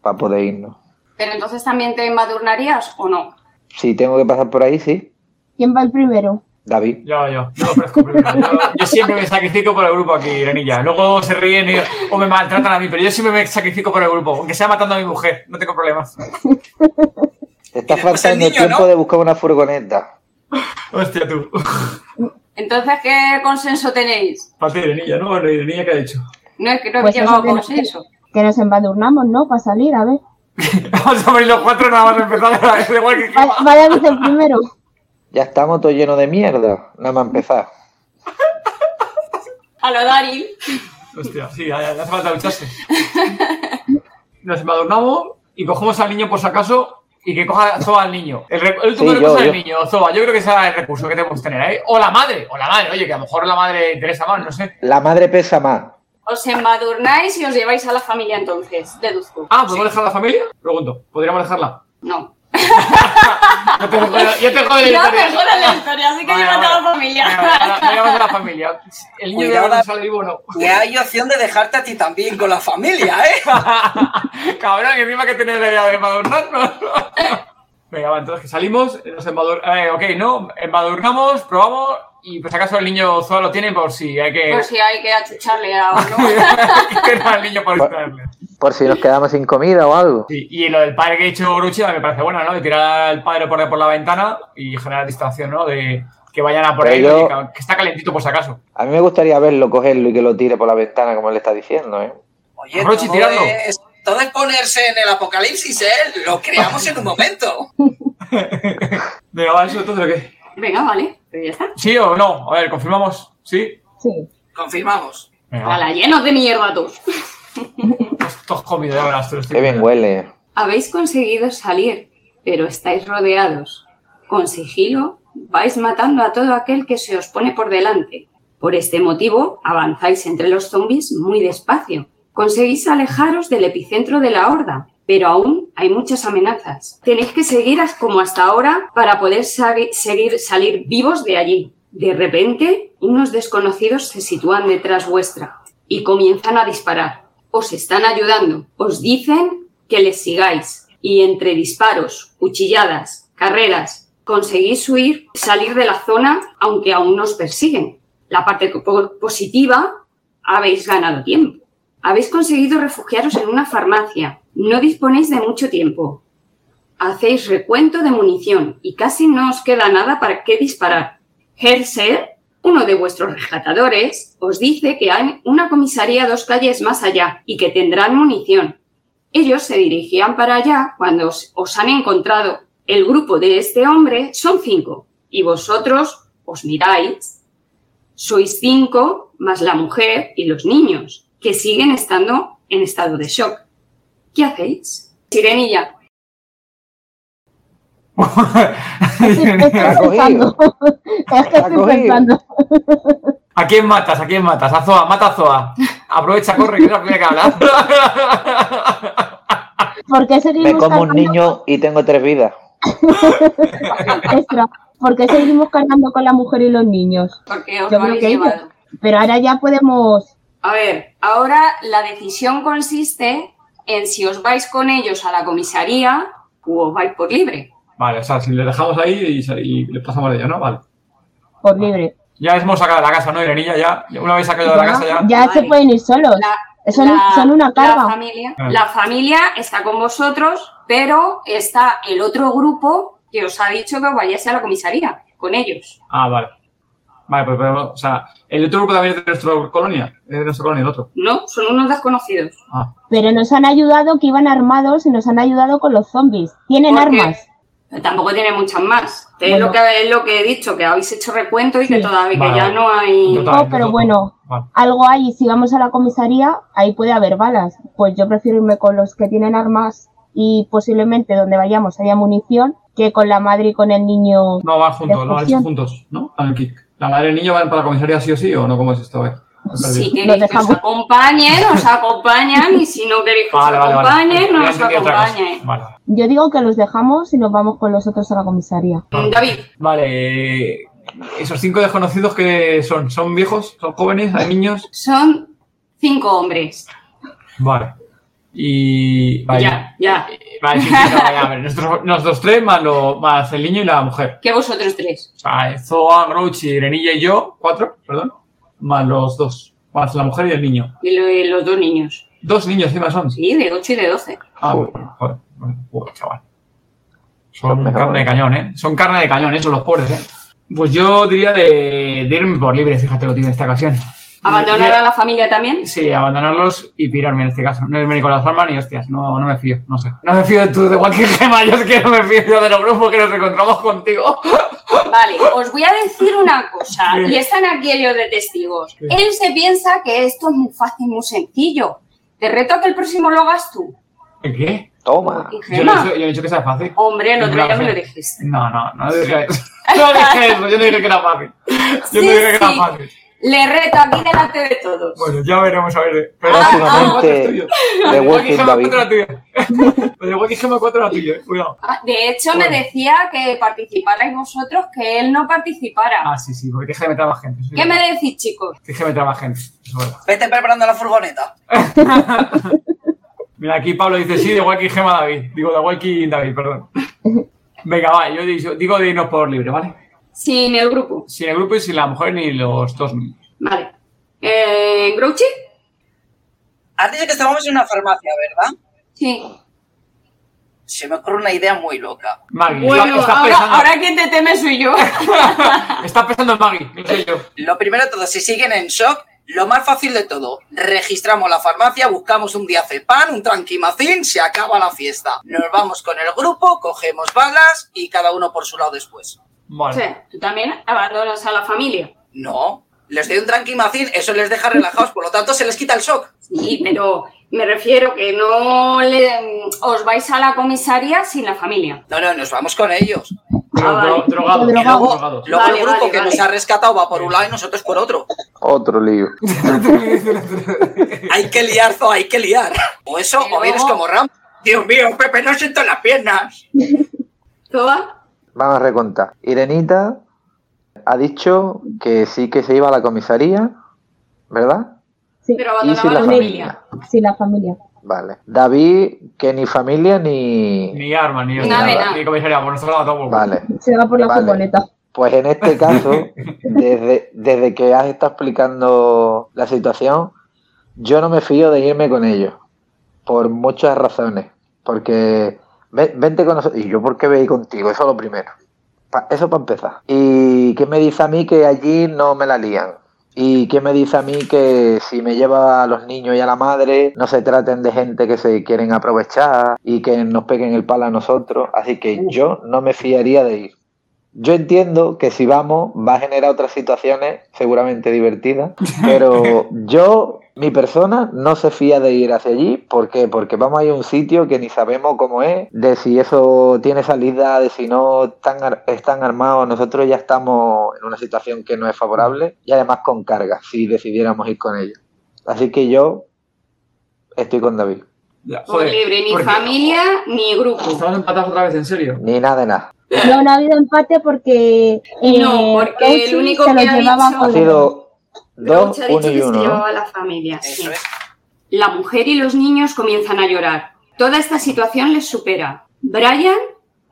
Speaker 4: para poder irnos.
Speaker 1: Pero entonces también te madurnarías o no?
Speaker 4: Si tengo que pasar por ahí, sí,
Speaker 5: ¿Quién va el primero?
Speaker 4: David.
Speaker 2: Yo, yo, yo lo ofrezco primero. Yo, yo siempre me sacrifico por el grupo aquí, Irenilla. Luego se ríen y, o me maltratan a mí, pero yo siempre me sacrifico por el grupo, aunque sea matando a mi mujer, no tengo problemas.
Speaker 4: Te está
Speaker 3: Y después pues el
Speaker 4: faltando
Speaker 3: niño,
Speaker 4: tiempo
Speaker 3: ¿no?
Speaker 4: de buscar una furgoneta.
Speaker 2: Hostia, tú.
Speaker 1: Entonces, ¿qué consenso tenéis?
Speaker 2: Falta Irenilla, ¿no? Bueno, Irenilla, ¿qué ha dicho?
Speaker 1: No es que no he
Speaker 5: Pues
Speaker 1: llegado a
Speaker 5: eso que no-
Speaker 1: consenso.
Speaker 5: Que nos embadurnamos, ¿no? Para salir, a ver.
Speaker 2: Vamos a abrir los cuatro, no vamos a empezar a de igual que
Speaker 5: Va, va David el primero.
Speaker 4: Ya estamos todos llenos de mierda. Nada más empezar.
Speaker 1: A lo Daryl.
Speaker 2: Hostia, sí, ya, ya hace falta ducharse. Nos embadurnamos y cogemos al niño por si acaso y que coja Zoa al niño. El, re- el último
Speaker 4: Sí, yo,
Speaker 2: recurso
Speaker 4: yo.
Speaker 2: del niño, Zoa. Yo creo que será el recurso que tenemos que tener ahí. ¿eh? O la madre, o la madre. Oye, que a lo mejor la madre interesa más, no sé.
Speaker 4: La madre pesa más.
Speaker 1: Os embadurnáis y os lleváis a la familia entonces, deduzco.
Speaker 2: Ah, ¿podemos dejar a la familia? Pregunto, ¿podríamos dejarla?
Speaker 1: No.
Speaker 2: Yo te jodo, yo te jodo la
Speaker 1: Yo
Speaker 2: historia.
Speaker 1: me juro la historia, así que
Speaker 2: Vale,
Speaker 1: llévate a la
Speaker 2: vale.
Speaker 1: familia.
Speaker 2: Venga, venga, vamos a la familia. El niño de
Speaker 3: Cuidado.
Speaker 2: ahora no sale vivo, no.
Speaker 3: Que hay opción de dejarte a ti también con la familia, ¿eh?
Speaker 2: Cabrón, que encima que tener la idea de embadurnarnos. Venga, va, entonces que salimos, nos embadurnamos. ok, no, embadurnamos, probamos y por si acaso el niño Zoa lo tiene por si hay que.
Speaker 1: Por si hay que achucharle a uno.
Speaker 2: que no, al niño por distraerle.
Speaker 4: Por si nos quedamos sin comida o algo.
Speaker 2: Sí, y lo del padre que ha hecho Gruchida me parece bueno, ¿no? De tirar al padre por, por la ventana y generar distracción, ¿no? De que vayan a por
Speaker 4: Pero
Speaker 2: ahí,
Speaker 4: yo-
Speaker 2: que- que está calentito por si acaso.
Speaker 4: A mí me gustaría verlo, cogerlo y que lo tire por la ventana, como le está diciendo, ¿eh?
Speaker 3: Oye,
Speaker 2: Rochi,
Speaker 3: todo
Speaker 2: tirando.
Speaker 3: es, todo es ponerse en el apocalipsis, ¿eh? Lo creamos en un momento.
Speaker 2: Venga, va, eso entonces, ¿o qué?
Speaker 1: Venga, vale. Pues ya está.
Speaker 2: ¿Sí o no? A ver, confirmamos. ¿Sí?
Speaker 5: Sí.
Speaker 3: Confirmamos.
Speaker 2: Venga, va.
Speaker 1: Hala, llenos de mierda todos.
Speaker 2: Esto es comido, ya verás. tú, estoy
Speaker 4: Qué bien
Speaker 2: comido.
Speaker 4: huele.
Speaker 1: Habéis conseguido salir, pero estáis rodeados. Con sigilo vais matando a todo aquel que se os pone por delante. Por este motivo avanzáis entre los zombies muy despacio. Conseguís alejaros del epicentro de la horda, pero aún hay muchas amenazas. Tenéis que seguir as- como hasta ahora para poder sali- seguir salir vivos de allí. De repente, unos desconocidos se sitúan detrás vuestra y comienzan a disparar. Os están ayudando, os dicen que les sigáis y entre disparos, cuchilladas, carreras, conseguís huir, salir de la zona aunque aún nos persiguen. La parte po- positiva, habéis ganado tiempo. Habéis conseguido refugiaros en una farmacia. No disponéis de mucho tiempo. Hacéis recuento de munición y casi no os queda nada para qué disparar. Herser, uno de vuestros rescatadores, os dice que hay una comisaría dos calles más allá y que tendrán munición. Ellos se dirigían para allá cuando os, os han encontrado. El grupo de este hombre son cinco y vosotros os miráis. Sois cinco más la mujer y los niños, que siguen estando en estado de shock. ¿Qué hacéis? Sirenilla,
Speaker 5: Estoy
Speaker 4: cogido.
Speaker 5: pensando. Es
Speaker 4: La
Speaker 5: que estoy
Speaker 4: cogido.
Speaker 5: pensando.
Speaker 2: ¿A quién matas? ¿A quién matas? A Zoa, mata a Zoa. Aprovecha, corre, que es la primera que habla.
Speaker 5: ¿Por qué seguimos
Speaker 4: Me como un
Speaker 5: cargando-
Speaker 4: niño y tengo tres vidas.
Speaker 5: Extra, ¿Por qué seguimos cargando con la mujer y los niños?
Speaker 1: porque os lo
Speaker 5: Yo creo
Speaker 1: habéis
Speaker 5: que
Speaker 1: llevado.
Speaker 5: ellos. Pero ahora ya podemos.
Speaker 1: A ver, ahora la decisión consiste en si os vais con ellos a la comisaría o os vais por libre.
Speaker 2: vale, o sea, si le dejamos ahí y, se- y le pasamos de ello, ¿no? Vale.
Speaker 5: Por libre.
Speaker 2: Ya les hemos sacado de la casa, ¿no, Irenilla? Ya, ya una vez sacado de la casa, ya.
Speaker 5: Ya se
Speaker 1: Vale.
Speaker 5: pueden ir solos.
Speaker 1: La-
Speaker 5: Son,
Speaker 1: la-
Speaker 5: son una
Speaker 1: La
Speaker 5: carga.
Speaker 1: familia,
Speaker 2: Ah.
Speaker 1: la familia está con vosotros, pero está el otro grupo que os ha dicho que vayáis a la comisaría con ellos.
Speaker 2: Ah, vale. Vale, pues podemos. O sea, el otro grupo también es de nuestra colonia. Es de nuestra colonia, el otro.
Speaker 1: No, son unos desconocidos.
Speaker 2: Ah.
Speaker 5: Pero nos han ayudado que iban armados y nos han ayudado con los zombies. Tienen
Speaker 1: ¿Por qué?
Speaker 5: armas.
Speaker 1: Tampoco tiene muchas más. Es,
Speaker 5: Bueno.
Speaker 1: lo que, es lo que he dicho, que habéis hecho recuento y que
Speaker 5: Sí.
Speaker 1: todavía
Speaker 2: Vale.
Speaker 1: que ya no hay...
Speaker 2: Total,
Speaker 5: Oh, pero bueno.
Speaker 1: Ah.
Speaker 2: Vale.
Speaker 5: Algo hay. y Si vamos a la comisaría, ahí puede haber balas. Pues yo prefiero irme con los que tienen armas y posiblemente donde vayamos haya munición que con la madre y con el niño.
Speaker 2: No, van juntos,
Speaker 5: De
Speaker 2: lo han hecho
Speaker 5: fusión.
Speaker 2: juntos, ¿no? Al kick. ¿La madre y el niño van para la comisaría sí o sí o no? ¿Cómo es esto? A ver, me he
Speaker 1: Si
Speaker 2: perdido.
Speaker 1: queréis que os
Speaker 5: dejamos.
Speaker 1: acompañen, os acompañan y si no queréis que
Speaker 2: Vale,
Speaker 1: os
Speaker 2: vale, vale.
Speaker 1: acompañen, no
Speaker 2: Ya
Speaker 1: os
Speaker 2: entendí otra cosa.
Speaker 1: acompañen.
Speaker 2: Vale.
Speaker 5: Yo digo que los dejamos y nos vamos con los otros a la comisaría.
Speaker 2: Vale.
Speaker 1: David,
Speaker 2: Vale, eh, esos cinco desconocidos que son, son viejos, son jóvenes, hay niños.
Speaker 1: son cinco hombres.
Speaker 2: Vale. Y. Vale,
Speaker 1: Ya, ya.
Speaker 2: Vale, sí, sí, no, vale, a ver, nosotros, nosotros tres más, lo- más el niño y la mujer.
Speaker 1: Que vosotros tres.
Speaker 2: O sea, eh, Zoa, Grouchy, Irenilla y yo, cuatro, perdón, más los dos, más la mujer y el niño.
Speaker 1: Y lo- y los dos niños.
Speaker 2: Dos niños encima son.
Speaker 1: Sí, de 8 y de 12.
Speaker 2: Ah,
Speaker 4: Joder.
Speaker 2: bueno, joder, bueno, joder, chaval. Son
Speaker 4: mejores.
Speaker 2: carne de cañón, ¿eh? Son carne de cañón, ¿eh? Son los pobres, ¿eh? Pues yo diría de, de irme por libre, fíjate lo que tiene esta ocasión.
Speaker 1: Abandonar a la familia también.
Speaker 2: Sí, abandonarlos y pirarme en este caso. No irme ni con las armas ni hostias. No, no me fío, no sé. No me fío de tú, de cualquier tema. Yo es que no me fío yo de los grupos que nos encontramos contigo.
Speaker 1: Vale, os voy a decir una cosa.
Speaker 2: Sí.
Speaker 1: Y están aquí ellos de testigos.
Speaker 2: Sí.
Speaker 1: Él se piensa que esto es muy fácil, muy sencillo. Te reto a que el próximo lo hagas tú.
Speaker 2: ¿Qué?
Speaker 4: Toma.
Speaker 2: Ah, Yo no, he
Speaker 1: Gemma.
Speaker 2: dicho, yo no he dicho que sea fácil.
Speaker 1: Hombre, el otro día
Speaker 2: Claro,
Speaker 1: me lo
Speaker 2: sí.
Speaker 1: dijiste.
Speaker 2: No, no, no dije eso. No dije eso, yo no dije que era fácil. Yo
Speaker 1: Sí,
Speaker 2: no dije que era
Speaker 1: sí.
Speaker 2: fácil.
Speaker 1: Le reto aquí delante de todos.
Speaker 2: Bueno, ya veremos a ver. Pero
Speaker 4: Próximamente, The Walking David.
Speaker 2: De Walking Gema 4 la tuya. eh. Cuidado.
Speaker 1: Ah, De hecho,
Speaker 2: Bueno.
Speaker 1: me decía que participarais vosotros, que él no participara.
Speaker 2: Ah, sí, sí, porque deja de meter a más gente. eso sí.
Speaker 1: ¿Qué me decís, chicos?
Speaker 2: Deja de meter a más gente. eso es verdad.
Speaker 3: Vete preparando la furgoneta.
Speaker 2: Mira, aquí Pablo dice, sí, de Walking Gema David. Digo, de Walking David, perdón. Venga, va, yo digo, digo de irnos por libre, ¿vale?
Speaker 1: Sin el grupo.
Speaker 2: Sin el grupo y sin la mujer ni los dos niños.
Speaker 1: Vale. Eh, ¿Grouchy?
Speaker 3: Has dicho que estábamos en una farmacia, ¿verdad?
Speaker 1: Sí.
Speaker 3: Se me ocurre una idea muy loca.
Speaker 2: Maggie,
Speaker 1: Bueno,
Speaker 2: estás,
Speaker 1: ahora,
Speaker 2: pensando,
Speaker 1: ahora quien te teme soy yo.
Speaker 2: estás pensando en Maggie, no sé yo.
Speaker 3: Lo primero de todo, si siguen en shock, lo más fácil de todo, registramos la farmacia, buscamos un diazepam, un tranquimacín, se acaba la fiesta. Nos vamos con el grupo, cogemos balas y cada uno por su lado después.
Speaker 1: O
Speaker 2: Bueno,
Speaker 1: sea, tú también abandonas a la familia.
Speaker 3: No, les doy un tranquimacín, eso les deja relajados, por lo tanto se les quita el shock.
Speaker 1: Sí, pero me refiero que no le- os vais a la comisaría sin la familia.
Speaker 3: No, no, nos vamos con ellos.
Speaker 2: pero
Speaker 1: Ah, vale.
Speaker 2: dro- drogados,
Speaker 5: Y
Speaker 3: Y luego,
Speaker 2: drogados.
Speaker 3: luego
Speaker 1: Vale,
Speaker 3: el grupo
Speaker 1: vale,
Speaker 3: que
Speaker 1: vale.
Speaker 3: nos ha rescatado va por un lado y nosotros por otro.
Speaker 4: Otro lío.
Speaker 3: Hay que liar, Zo, hay que liar. O eso,
Speaker 1: Pero-
Speaker 3: o vienes como Ram. Dios mío, Pepe, no siento las piernas.
Speaker 1: ¿Toda?
Speaker 4: Vamos a recontar. Irenita ha dicho que sí que se iba a la comisaría, ¿verdad?
Speaker 5: Sí,
Speaker 1: Pero
Speaker 4: Y
Speaker 1: abandonaba
Speaker 4: sin
Speaker 1: a la
Speaker 4: la
Speaker 1: familia.
Speaker 4: familia.
Speaker 5: sí, la familia.
Speaker 4: Vale. David, que ni familia ni...
Speaker 2: Ni arma, ni,
Speaker 4: Nada,
Speaker 2: nada,
Speaker 1: nada.
Speaker 2: ni comisaría, por nuestro lado tampoco.
Speaker 4: Vale.
Speaker 5: Se va por la
Speaker 4: Vale.
Speaker 5: furgoneta.
Speaker 4: Pues en este caso, desde, desde que has estado explicando la situación, yo no me fío de irme con ellos. Por muchas razones. Porque ve- vente con nosotros. Y yo, ¿por qué voy a ir contigo? Eso es lo primero. Pa- eso para empezar. ¿Y qué me dice a mí que allí no me la lían? ¿Y qué me dice a mí que si me lleva a los niños y a la madre, no se traten de gente que se quieren aprovechar y que nos peguen el palo a nosotros? Así que yo no me fiaría de ir. Yo entiendo que si vamos va a generar otras situaciones seguramente divertidas, pero yo, mi persona, no se fía de ir hacia allí. ¿Por qué? Porque vamos a ir a un sitio que ni sabemos cómo es, de si eso tiene salida, de si no están, ar- están armados. Nosotros ya estamos en una situación que no es favorable y además con carga, si decidiéramos ir con ellos. Así que yo estoy con David.
Speaker 2: Ya,
Speaker 1: Por
Speaker 2: joder,
Speaker 1: libre, ni
Speaker 2: ¿por qué?
Speaker 1: familia ni grupo.
Speaker 2: Estamos empatados otra vez, en serio.
Speaker 4: Ni nada de nada.
Speaker 5: No, no ha habido empate porque.
Speaker 1: No, porque el
Speaker 5: Rossi
Speaker 1: único
Speaker 5: se lo
Speaker 1: que ha
Speaker 5: llevaba
Speaker 1: dicho-
Speaker 4: Ha
Speaker 5: con-
Speaker 4: sido dos,
Speaker 1: Groucho ha
Speaker 4: uno
Speaker 1: dicho
Speaker 4: y
Speaker 1: que se
Speaker 4: uno. ¿no?
Speaker 1: llevaba a la familia. sí.
Speaker 3: Eso es.
Speaker 1: La mujer y los niños comienzan a llorar. Toda esta situación les supera. Brian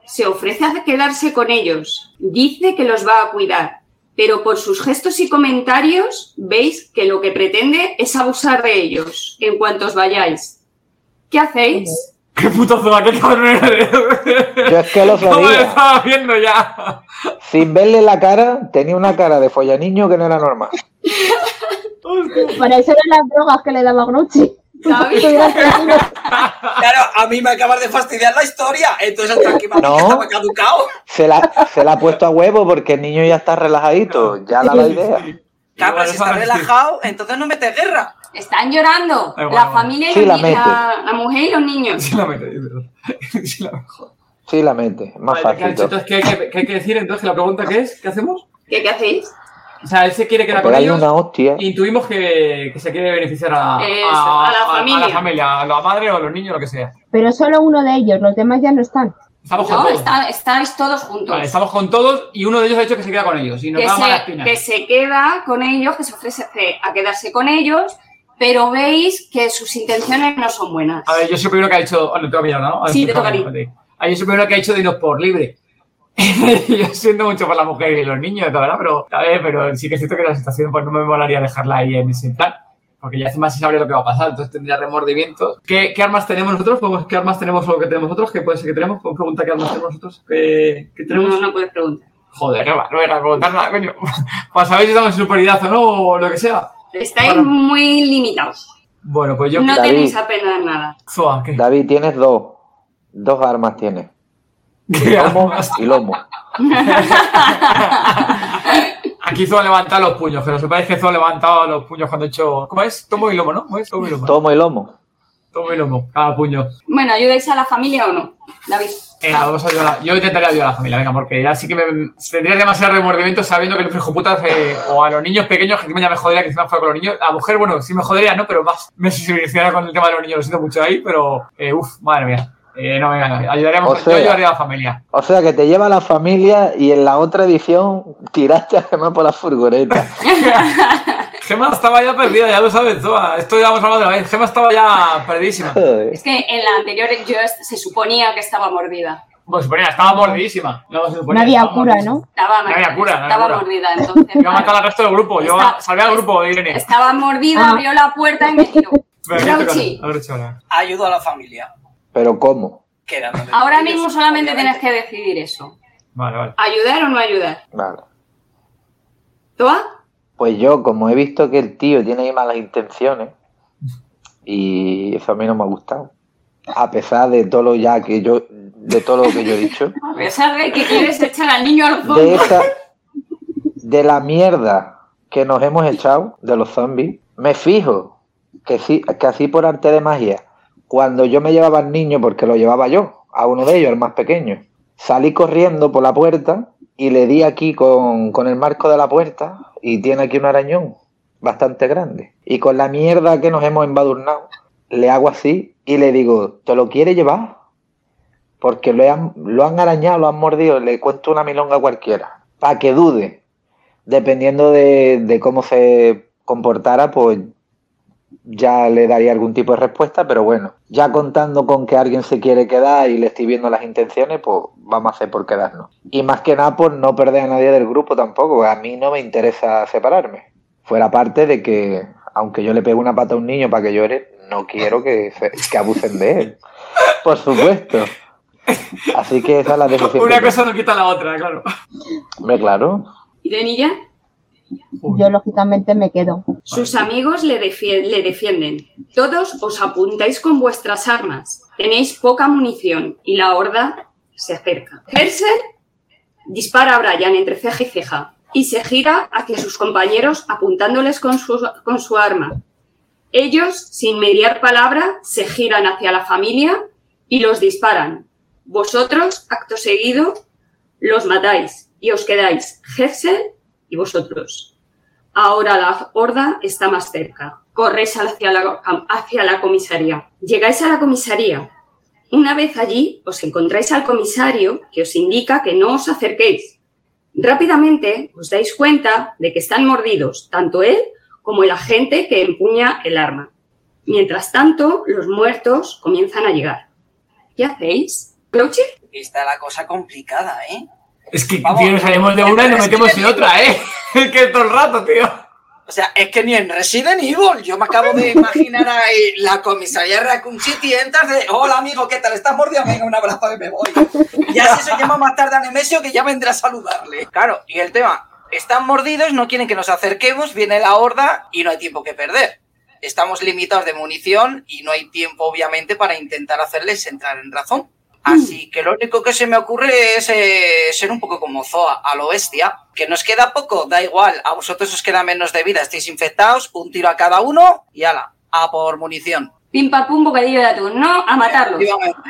Speaker 1: se ofrece a quedarse con ellos. Dice que los va a cuidar. Pero por sus gestos y comentarios veis que lo que pretende es abusar de ellos en cuanto os vayáis. ¿Qué hacéis?
Speaker 2: ¡Qué puto zona, qué cabrón eres!
Speaker 4: Yo es que lo
Speaker 2: ¿Cómo lo
Speaker 4: sabía.
Speaker 2: estaba viendo ya?
Speaker 4: Sin verle la cara, tenía una cara de follaniño que no era normal.
Speaker 5: Para eso eran las drogas que le daba Grouchy.
Speaker 1: David.
Speaker 3: Claro, a mí me acabas de fastidiar la historia. Entonces el tranquimacín
Speaker 4: No.
Speaker 3: ya estaba caducado.
Speaker 4: Se la, se la ha puesto a huevo porque el niño ya está relajadito. Ya la la idea.
Speaker 3: Cabra,
Speaker 2: Igual,
Speaker 3: si está
Speaker 2: esa-
Speaker 3: relajado, entonces no mete guerra.
Speaker 1: Están llorando.
Speaker 2: Da igual, da
Speaker 1: la
Speaker 2: igual.
Speaker 1: familia y
Speaker 4: Sí,
Speaker 1: los
Speaker 4: la
Speaker 1: ni-
Speaker 4: mete.
Speaker 1: la, la mujer y los niños.
Speaker 2: Sí la meto, es verdad. Sí la mejor.
Speaker 4: Sí, la mente. Más
Speaker 2: Vale, ¿qué, ha
Speaker 4: fácil.
Speaker 2: dicho? Entonces, ¿qué, hay que- qué hay que decir? Entonces, la pregunta que es, ¿qué hacemos?
Speaker 1: ¿Qué, qué hacéis?
Speaker 2: O sea, él se quiere quedar con
Speaker 4: Pero hay
Speaker 2: ellos.
Speaker 4: una hostia.
Speaker 2: Intuimos que, que se quiere beneficiar a,
Speaker 1: Eso, a la
Speaker 2: a la
Speaker 1: familia.
Speaker 2: familia, a la madre o a los niños, lo que sea.
Speaker 5: Pero solo uno de ellos, los demás ya no están.
Speaker 2: Estamos con
Speaker 1: No,
Speaker 2: todos.
Speaker 1: está- estáis todos juntos.
Speaker 2: Vale, estamos con todos y uno de ellos ha dicho que se queda con ellos y nos
Speaker 1: que
Speaker 2: da mala
Speaker 1: se,
Speaker 2: espina.
Speaker 1: que se queda con ellos, que se ofrece eh, a quedarse con ellos, pero veis que sus intenciones no son buenas.
Speaker 2: A ver, yo soy el primero que ha hecho. Oh, no, te voy a mirar, ¿no? A ver,
Speaker 1: Sí, te toca a ti.
Speaker 2: espérate. Ah, yo soy el primero que ha hecho de irnos por libre. yo siento mucho por la mujer y los niños, la verdad, pero, a ver, pero sí que es cierto que la situación pues, no me molaría dejarla ahí en ese plan. Porque ya hace más se sabe lo que va a pasar, entonces tendría remordimientos. ¿Qué, qué armas tenemos nosotros? Podemos- ¿Qué armas tenemos o lo que tenemos nosotros? ¿Qué puede ser que tenemos? ¿Puedo preguntar qué armas tenemos nosotros? ¿Qué, qué
Speaker 1: no,
Speaker 2: tenemos?
Speaker 1: no puedes preguntar.
Speaker 2: Joder, no, no era preguntar nada, coño. Para saber si estamos en superioridad o no, o lo que sea.
Speaker 1: Estáis
Speaker 2: Bueno.
Speaker 1: muy limitados.
Speaker 2: Bueno, pues yo.
Speaker 1: No
Speaker 4: David.
Speaker 1: tenéis apenas nada.
Speaker 2: Zoa, ¿qué?
Speaker 4: David, tienes dos. Dos armas tienes.
Speaker 2: ¿Qué
Speaker 4: Lomo
Speaker 2: armas?
Speaker 4: y lomo.
Speaker 2: Aquí Zoa levanta los puños, que lo sepáis que Zoa ha levantado los puños cuando he hecho. ¿Cómo es? Tomo y lomo, ¿no? ¿Cómo es? Tomo y lomo.
Speaker 4: Tomo y lomo.
Speaker 2: Tome lomo, cada puño.
Speaker 1: Bueno, ¿ayudáis a la familia o no? David.
Speaker 2: Eh, vamos a ayudar a la- Yo intentaré ayudar a la familia, venga, porque ya sí que me tendría demasiado remordimiento sabiendo que los hijoputas eh, o a los niños pequeños, que encima ya me jodería que encima fuera con los niños. A la mujer, bueno, sí me jodería, ¿no? Pero más me sensibilizaría con el tema de los niños, lo siento mucho ahí, pero eh, uff, madre mía. Eh, no, venga, no, ayudaremos,
Speaker 4: O sea-
Speaker 2: yo ayudaría a la familia.
Speaker 4: O sea que te lleva la familia y en la otra edición tiraste a Gemma por la furgoneta.
Speaker 2: Gemma estaba ya perdida, ya lo sabes, Zoa. Esto ya hemos hablado de la vez. Gemma estaba ya perdidísima.
Speaker 4: Joder.
Speaker 1: Es que en la anterior yo est- se suponía que estaba mordida.
Speaker 2: Pues suponía, estaba mordidísima. No, se suponía,
Speaker 5: Nadie
Speaker 2: estaba
Speaker 5: apura,
Speaker 2: mordidísima.
Speaker 5: ¿no?
Speaker 1: Estaba,
Speaker 2: No había cura, no había
Speaker 1: estaba
Speaker 2: cura.
Speaker 1: mordida, entonces.
Speaker 2: Iba a matar al resto del grupo, yo
Speaker 1: Está-
Speaker 2: salvé al grupo de Irene.
Speaker 1: Estaba mordida,
Speaker 5: Ah.
Speaker 1: abrió la puerta y me tiró.
Speaker 2: Venga,
Speaker 1: Lauchi,
Speaker 2: aquí toca- a ver, chaval.
Speaker 3: Ayudo a la familia.
Speaker 4: Pero ¿cómo?
Speaker 3: quedándome con
Speaker 1: Ahora
Speaker 3: ellos,
Speaker 1: mismo solamente
Speaker 3: obviamente.
Speaker 1: tienes que decidir eso.
Speaker 2: Vale, vale.
Speaker 1: ¿Ayudar o no ayudar?
Speaker 4: Vale.
Speaker 1: ¿Toa?
Speaker 4: Pues yo, como he visto que el tío tiene ahí malas intenciones, y eso a mí no me ha gustado. A pesar de todo lo ya que yo, de todo lo que yo he dicho,
Speaker 1: A pesar de que Pues, quieres echar al niño al
Speaker 4: de
Speaker 1: fondo.
Speaker 4: esa, de la mierda que nos hemos echado de los zombies, me fijo que sí, que así por arte de magia, cuando yo me llevaba al niño, porque lo llevaba yo, a uno de ellos, el más pequeño, salí corriendo por la puerta y le di aquí con, con el marco de la puerta y tiene aquí un arañón bastante grande. Y con la mierda que nos hemos embadurnado, le hago así y le digo, ¿te lo quiere llevar? porque lo han, lo han arañado, lo han mordido, le cuento una milonga cualquiera, para que dude. Dependiendo de, de cómo se comportara, pues ya le daría algún tipo de respuesta, pero bueno, ya contando con que alguien se quiere quedar y le estoy viendo las intenciones, pues vamos a hacer por quedarnos. Y más que nada, pues no perder a nadie del grupo tampoco, porque a mí no me interesa separarme. Fuera parte de que, aunque yo le pegue una pata a un niño para que llore, no quiero que, se- que abusen de él. Por supuesto. Así que esa es la decisión.
Speaker 2: Una
Speaker 4: que-
Speaker 2: cosa no quita la otra, claro.
Speaker 4: Hombre, claro.
Speaker 1: Irenilla,
Speaker 5: Yo lógicamente me quedo.
Speaker 1: sus amigos le, defie- le defienden. Todos os apuntáis con vuestras armas. Tenéis poca munición y la horda se acerca. Herser dispara a Brian entre ceja y ceja y se gira hacia sus compañeros apuntándoles con su, con su arma. Ellos, sin mediar palabra, se giran hacia la familia y los disparan. Vosotros, acto seguido, los matáis y os quedáis Herser y vosotros. Ahora la horda está más cerca. Corréis hacia la, hacia la comisaría. Llegáis a la comisaría. Una vez allí, os encontráis al comisario que os indica que no os acerquéis. Rápidamente os dais cuenta de que están mordidos tanto él como el agente que empuña el arma. Mientras tanto, los muertos comienzan a llegar. ¿Qué hacéis? ¿Crouchy?
Speaker 3: Está la cosa complicada, ¿eh?
Speaker 2: Es que,
Speaker 3: Vamos.
Speaker 2: tío, nos salimos de una y nos metemos en otra, ¿eh? Es que todo el rato, tío.
Speaker 3: O sea, es que ni en Resident Evil, yo me acabo de imaginar ahí la comisaría de Raccoon City, entras de, hola amigo, ¿qué tal? ¿Estás mordido? Venga, un abrazo y me voy. Ya si se llama más tarde a Nemesio que ya vendrá a saludarle. Claro, y el tema, están mordidos, no quieren que nos acerquemos, viene la horda y no hay tiempo que perder. Estamos limitados de munición y no hay tiempo, obviamente, para intentar hacerles entrar en razón. Así que lo único que se me ocurre es eh, ser un poco como Zoa, a lo bestia. Que nos queda poco, da igual. A vosotros os queda menos de vida, estáis infectados, un tiro a cada uno y ala, a por munición.
Speaker 1: Pim pam pum, bocadillo de atún. No, a matarlos.
Speaker 3: Efectivamente.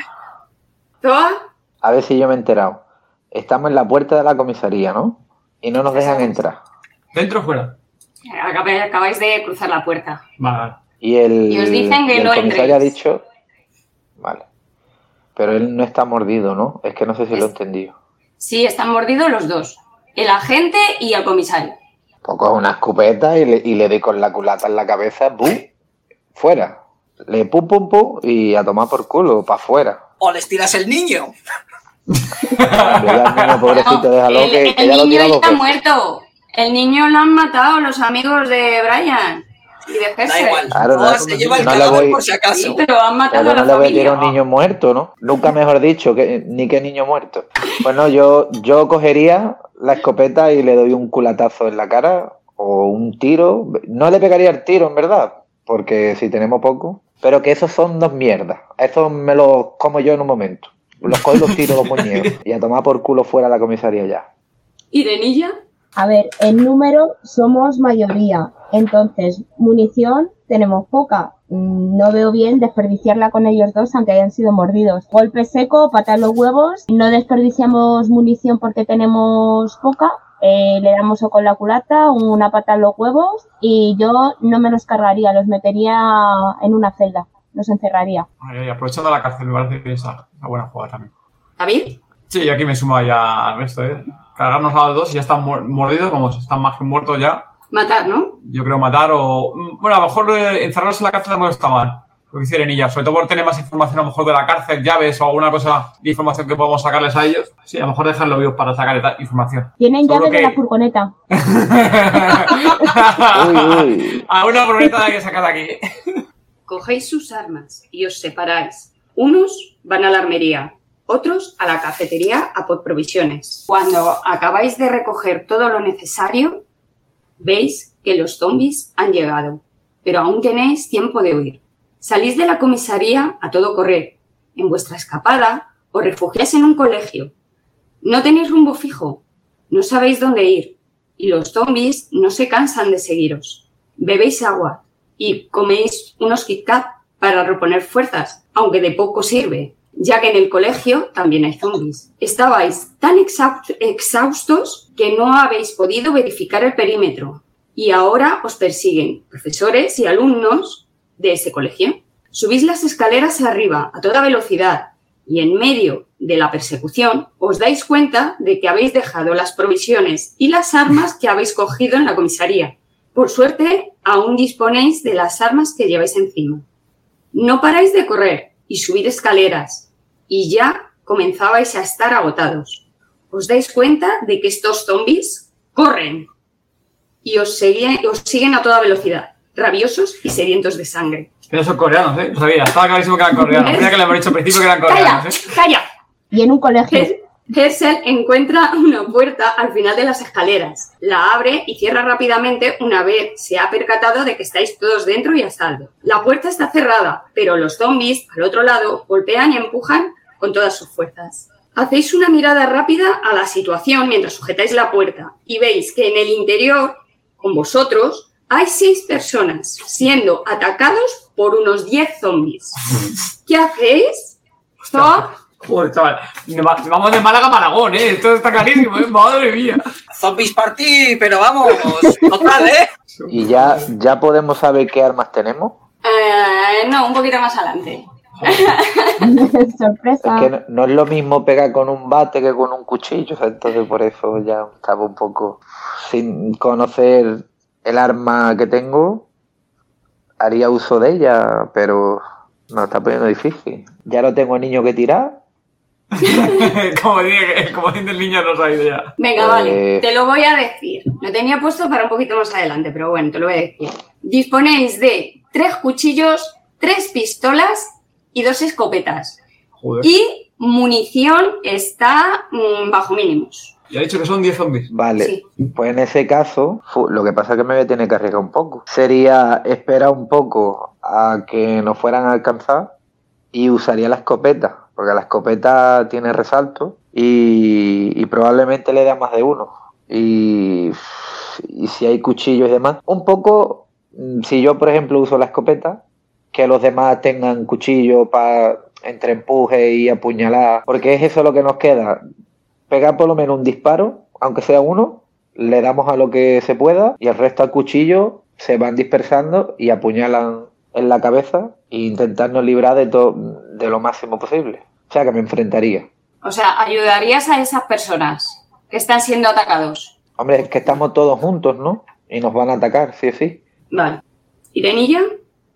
Speaker 1: Toa,
Speaker 4: A ver si yo me he enterado. Estamos en la puerta de la comisaría, ¿no? Y no nos dejan entrar.
Speaker 2: Dentro o fuera.
Speaker 1: acab- acabáis de cruzar la puerta.
Speaker 2: Vale.
Speaker 4: Y el,
Speaker 1: Y os dicen que
Speaker 4: y el
Speaker 1: no
Speaker 4: comisario
Speaker 1: entréis.
Speaker 4: ha dicho... Vale. Pero él no está mordido, ¿no? Es que no sé si lo he
Speaker 1: Es-
Speaker 4: entendido.
Speaker 1: Sí, están mordidos los dos. El agente y el comisario.
Speaker 4: Poco una escopeta y le, y le doy con la culata en la cabeza. ¡Bum! Fuera. Le pum pum pum y a tomar por culo, para afuera.
Speaker 3: O les tiras el niño.
Speaker 4: Hombre, ya el niño pobrecito,
Speaker 1: No,
Speaker 4: déjalo
Speaker 1: el
Speaker 4: que, que
Speaker 1: el
Speaker 4: ya lo
Speaker 1: niño
Speaker 4: tira dos
Speaker 1: está
Speaker 4: veces.
Speaker 1: muerto. El niño lo han matado los amigos de Brian y de
Speaker 3: Da
Speaker 1: Jesse.
Speaker 3: igual.
Speaker 4: Claro,
Speaker 3: Zoa
Speaker 4: no,
Speaker 3: se lleva el
Speaker 4: no le
Speaker 3: cadáver
Speaker 4: voy-
Speaker 3: por si
Speaker 1: Sí,
Speaker 3: acaso.
Speaker 1: pero han matado
Speaker 4: Pero
Speaker 1: a
Speaker 4: no
Speaker 1: la
Speaker 4: le voy a tirar
Speaker 1: familia.
Speaker 4: a un niño muerto, ¿no? Nunca mejor dicho, que, ni que niño muerto. Bueno, yo, yo cogería la escopeta y le doy un culatazo en la cara o un tiro. No le pegaría el tiro, en verdad, porque si tenemos poco. Pero que esos son dos mierdas. Esos me los como yo en un momento. Los cojo y los tiro los muñecos. Y a tomar por culo fuera la comisaría ya.
Speaker 1: ¿Y de Nilla?
Speaker 5: A ver, en número somos mayoría. Entonces, munición tenemos poca. Mm, No veo bien desperdiciarla con ellos dos aunque hayan sido mordidos. Golpe seco, patar los huevos, no desperdiciamos munición porque tenemos poca. Eh, le damos o con la culata, una pata en los huevos y yo no me los cargaría, los metería en una celda, los encerraría.
Speaker 2: Vale, y aprovechando la cárcel, me parece que es una buena jugada también.
Speaker 1: ¿David?
Speaker 2: Sí, yo aquí me sumo ya al resto, ¿eh? Cargarnos a los dos y ya están mor- mordidos, como están más que muertos ya.
Speaker 1: Matar, ¿no?
Speaker 2: Yo creo matar o. mm, Bueno, a lo mejor eh, encerrarlos en la cárcel no está mal. Lo que dice Erenilla, sobre todo por tener más información a lo mejor de la cárcel, llaves o alguna cosa de información que podamos sacarles a ellos. Sí, a lo mejor dejarlo vivos para sacar esta información.
Speaker 5: Tienen
Speaker 2: Seguro
Speaker 5: llave de
Speaker 2: que-
Speaker 5: la furgoneta.
Speaker 4: Uy, uy.
Speaker 2: a una bruneta hay que sacar de aquí.
Speaker 1: Cogéis sus armas y os separáis. Unos van a la armería, otros a la cafetería a por provisiones. Cuando acabáis de recoger todo lo necesario, veis que los zombies han llegado, pero aún tenéis tiempo de huir. Salís de la comisaría a todo correr. En vuestra escapada os refugiáis en un colegio. No tenéis rumbo fijo, no sabéis dónde ir y los zombies no se cansan de seguiros. Bebéis agua, y coméis unos Kit Kat para reponer fuerzas, aunque de poco sirve, ya que en el colegio también hay zombies. Estabais tan exhaust- exhaustos que no habéis podido verificar el perímetro y ahora os persiguen profesores y alumnos de ese colegio. Subís las escaleras arriba a toda velocidad y en medio de la persecución os dais cuenta de que habéis dejado las provisiones y las armas que habéis cogido en la comisaría. Por suerte, aún disponéis de las armas que lleváis encima. No paráis de correr y subir escaleras, y ya comenzabais a estar agotados. Os dais cuenta de que estos zombies corren y os, segui- os siguen a toda velocidad, rabiosos y sedientos de sangre.
Speaker 2: Pero son coreanos, ¿eh? Lo sabía, estaba clarísimo que eran coreanos. Mira que le hemos dicho al principio que eran
Speaker 1: ¡Calla!
Speaker 2: coreanos, ¿eh?
Speaker 1: ¡Calla!
Speaker 5: Y en un colegio.
Speaker 1: Her- Hersel encuentra una puerta al final de las escaleras, la abre y cierra rápidamente una vez se ha percatado de que estáis todos dentro y a salvo. La puerta está cerrada, pero los zombies al otro lado golpean y empujan con todas sus fuerzas. Hacéis una mirada rápida a la situación mientras sujetáis la puerta y veis que en el interior, con vosotros, hay seis personas siendo atacados por unos 10 zombies. ¿Qué hacéis? Zom-
Speaker 2: Joder, chaval. Nos va- nos Vamos de Málaga a Maragón, ¿eh? Esto está clarísimo, ¿eh? Madre mía.
Speaker 3: Zombies party, pero vamos, total, ¿eh?
Speaker 4: Y ya, ya podemos saber qué armas tenemos.
Speaker 1: Eh, no, un poquito más adelante.
Speaker 4: Es
Speaker 5: Sorpresa.
Speaker 4: que no, no es lo mismo pegar con un bate que con un cuchillo, entonces por eso ya estaba un poco sin conocer el arma que tengo, haría uso de ella, pero no está poniendo difícil. Ya no tengo niño que tirar,
Speaker 2: como, dice, como dice el niño, no sabía ya.
Speaker 1: Venga,
Speaker 4: Eh.
Speaker 1: vale, te lo voy a decir. Lo tenía puesto para un poquito más adelante, pero bueno, te lo voy a decir. Disponéis de tres cuchillos, tres pistolas y dos escopetas.
Speaker 2: Joder.
Speaker 1: Y munición está mm, bajo mínimos.
Speaker 2: Y ha dicho que son 10 zombies.
Speaker 4: vale.
Speaker 1: Sí.
Speaker 4: Pues en ese caso, fu, lo que pasa es que me voy a tener que arriesgar un poco. Sería esperar un poco a que nos fueran a alcanzar y usaría la escopeta, porque la escopeta tiene resalto y, y probablemente le da más de uno. Y, y si hay cuchillos y demás, un poco, mm, si yo por ejemplo uso la escopeta, que los demás tengan cuchillo para entre empuje y apuñalar, porque es eso lo que nos queda, pegar por lo menos un disparo, aunque sea uno, le damos a lo que se pueda y el resto al cuchillo se van dispersando y apuñalan en la cabeza e intentarnos librar de, to- de lo máximo posible. O sea que me enfrentaría.
Speaker 1: O sea, ayudarías a esas personas que están siendo atacados.
Speaker 4: Hombre, es que estamos todos juntos, ¿no? Y nos van a atacar, sí, sí.
Speaker 1: Vale. ¿Irenilla?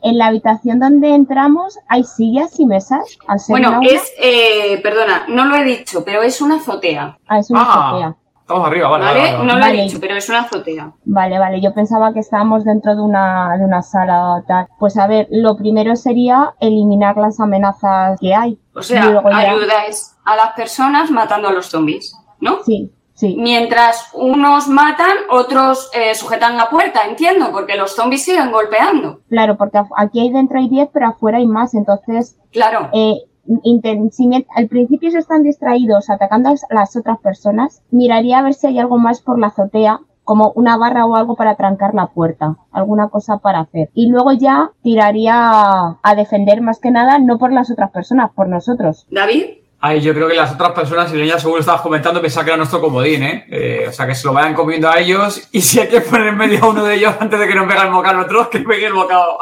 Speaker 5: En la habitación donde entramos hay sillas y mesas. Al ser un
Speaker 1: Bueno,
Speaker 5: aula-
Speaker 1: es, eh, perdona, no lo he dicho, pero es una azotea.
Speaker 5: ah, es una
Speaker 2: Ah.
Speaker 5: azotea.
Speaker 2: Estamos arriba, vale. vale,
Speaker 1: ¿Vale?
Speaker 2: vale,
Speaker 1: No lo
Speaker 5: Vale.
Speaker 1: he dicho, pero es una azotea.
Speaker 5: Vale, vale, yo pensaba que estábamos dentro de una, de una sala tal. Pues a ver, lo primero sería eliminar las amenazas que hay.
Speaker 1: O sea,
Speaker 5: Y luego ya-
Speaker 1: ayudáis a las personas matando a los zombies, ¿no?
Speaker 5: Sí, sí.
Speaker 1: Mientras unos matan, otros eh, sujetan la puerta, entiendo, porque los zombies siguen golpeando.
Speaker 5: Claro, porque af- aquí hay dentro hay 10, pero afuera hay más. Entonces,
Speaker 1: Claro.
Speaker 5: eh, inten- si mien- al principio se están distraídos atacando a las otras personas, miraría a ver si hay algo más por la azotea. como una barra o algo para trancar la puerta, alguna cosa para hacer. Y luego ya tiraría a defender más que nada, no por las otras personas, por nosotros.
Speaker 1: David,
Speaker 2: Ay, yo creo que las otras personas, Silenia, seguro estabas comentando, pensaba que era nuestro comodín, ¿eh? Eh, O sea, que se lo vayan comiendo a ellos y si hay que poner en medio a uno de ellos antes de que nos pegue el bocado a nosotros, que pegue el bocado.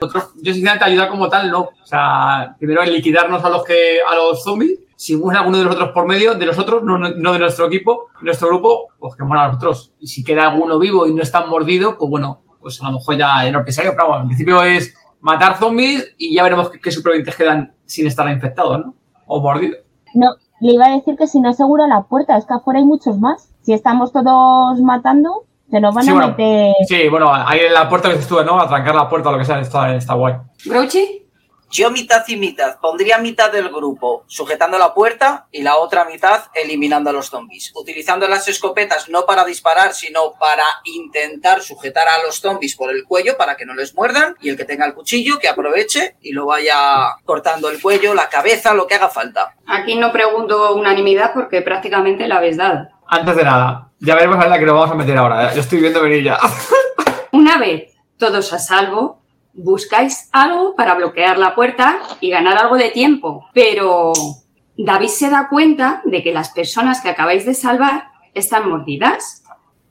Speaker 2: Otros, yo sinceramente ayudar como tal, no. O sea, primero el liquidarnos a los que a los zombies. Si muere alguno de nosotros por medio, de nosotros, no, no- no de nuestro equipo, de nuestro grupo, pues que muera a nosotros. Y si queda alguno vivo y no está mordido, pues bueno, pues a lo mejor ya en lo que sea, pero vamos, en principio es matar zombies y ya veremos qué, qué supervivientes quedan sin estar infectados, ¿no? O mordidos.
Speaker 5: No, le iba a decir que si no asegura la puerta, es que afuera hay muchos más. Si estamos todos matando, se nos van
Speaker 2: Sí,
Speaker 5: a
Speaker 2: bueno,
Speaker 5: meter.
Speaker 2: Sí, bueno, ahí en la puerta que dices tú, ¿no? A trancar la puerta o lo que sea, está, está guay.
Speaker 1: Grouchy,
Speaker 3: Yo mitad y mitad. Pondría mitad del grupo sujetando la puerta y la otra mitad eliminando a los zombies. Utilizando las escopetas no para disparar, sino para intentar sujetar a los zombies por el cuello para que no les muerdan. Y el que tenga el cuchillo, que aproveche y lo vaya cortando el cuello, la cabeza, lo que haga falta.
Speaker 1: aquí no pregunto unanimidad porque prácticamente la habéis dado.
Speaker 2: Antes de nada, ya veremos a ver la que nos vamos a meter ahora. ¿eh? Yo estoy viendo venir ya.
Speaker 1: Una vez todos a salvo, buscáis algo para bloquear la puerta y ganar algo de tiempo. Pero David se da cuenta de que las personas que acabáis de salvar están mordidas.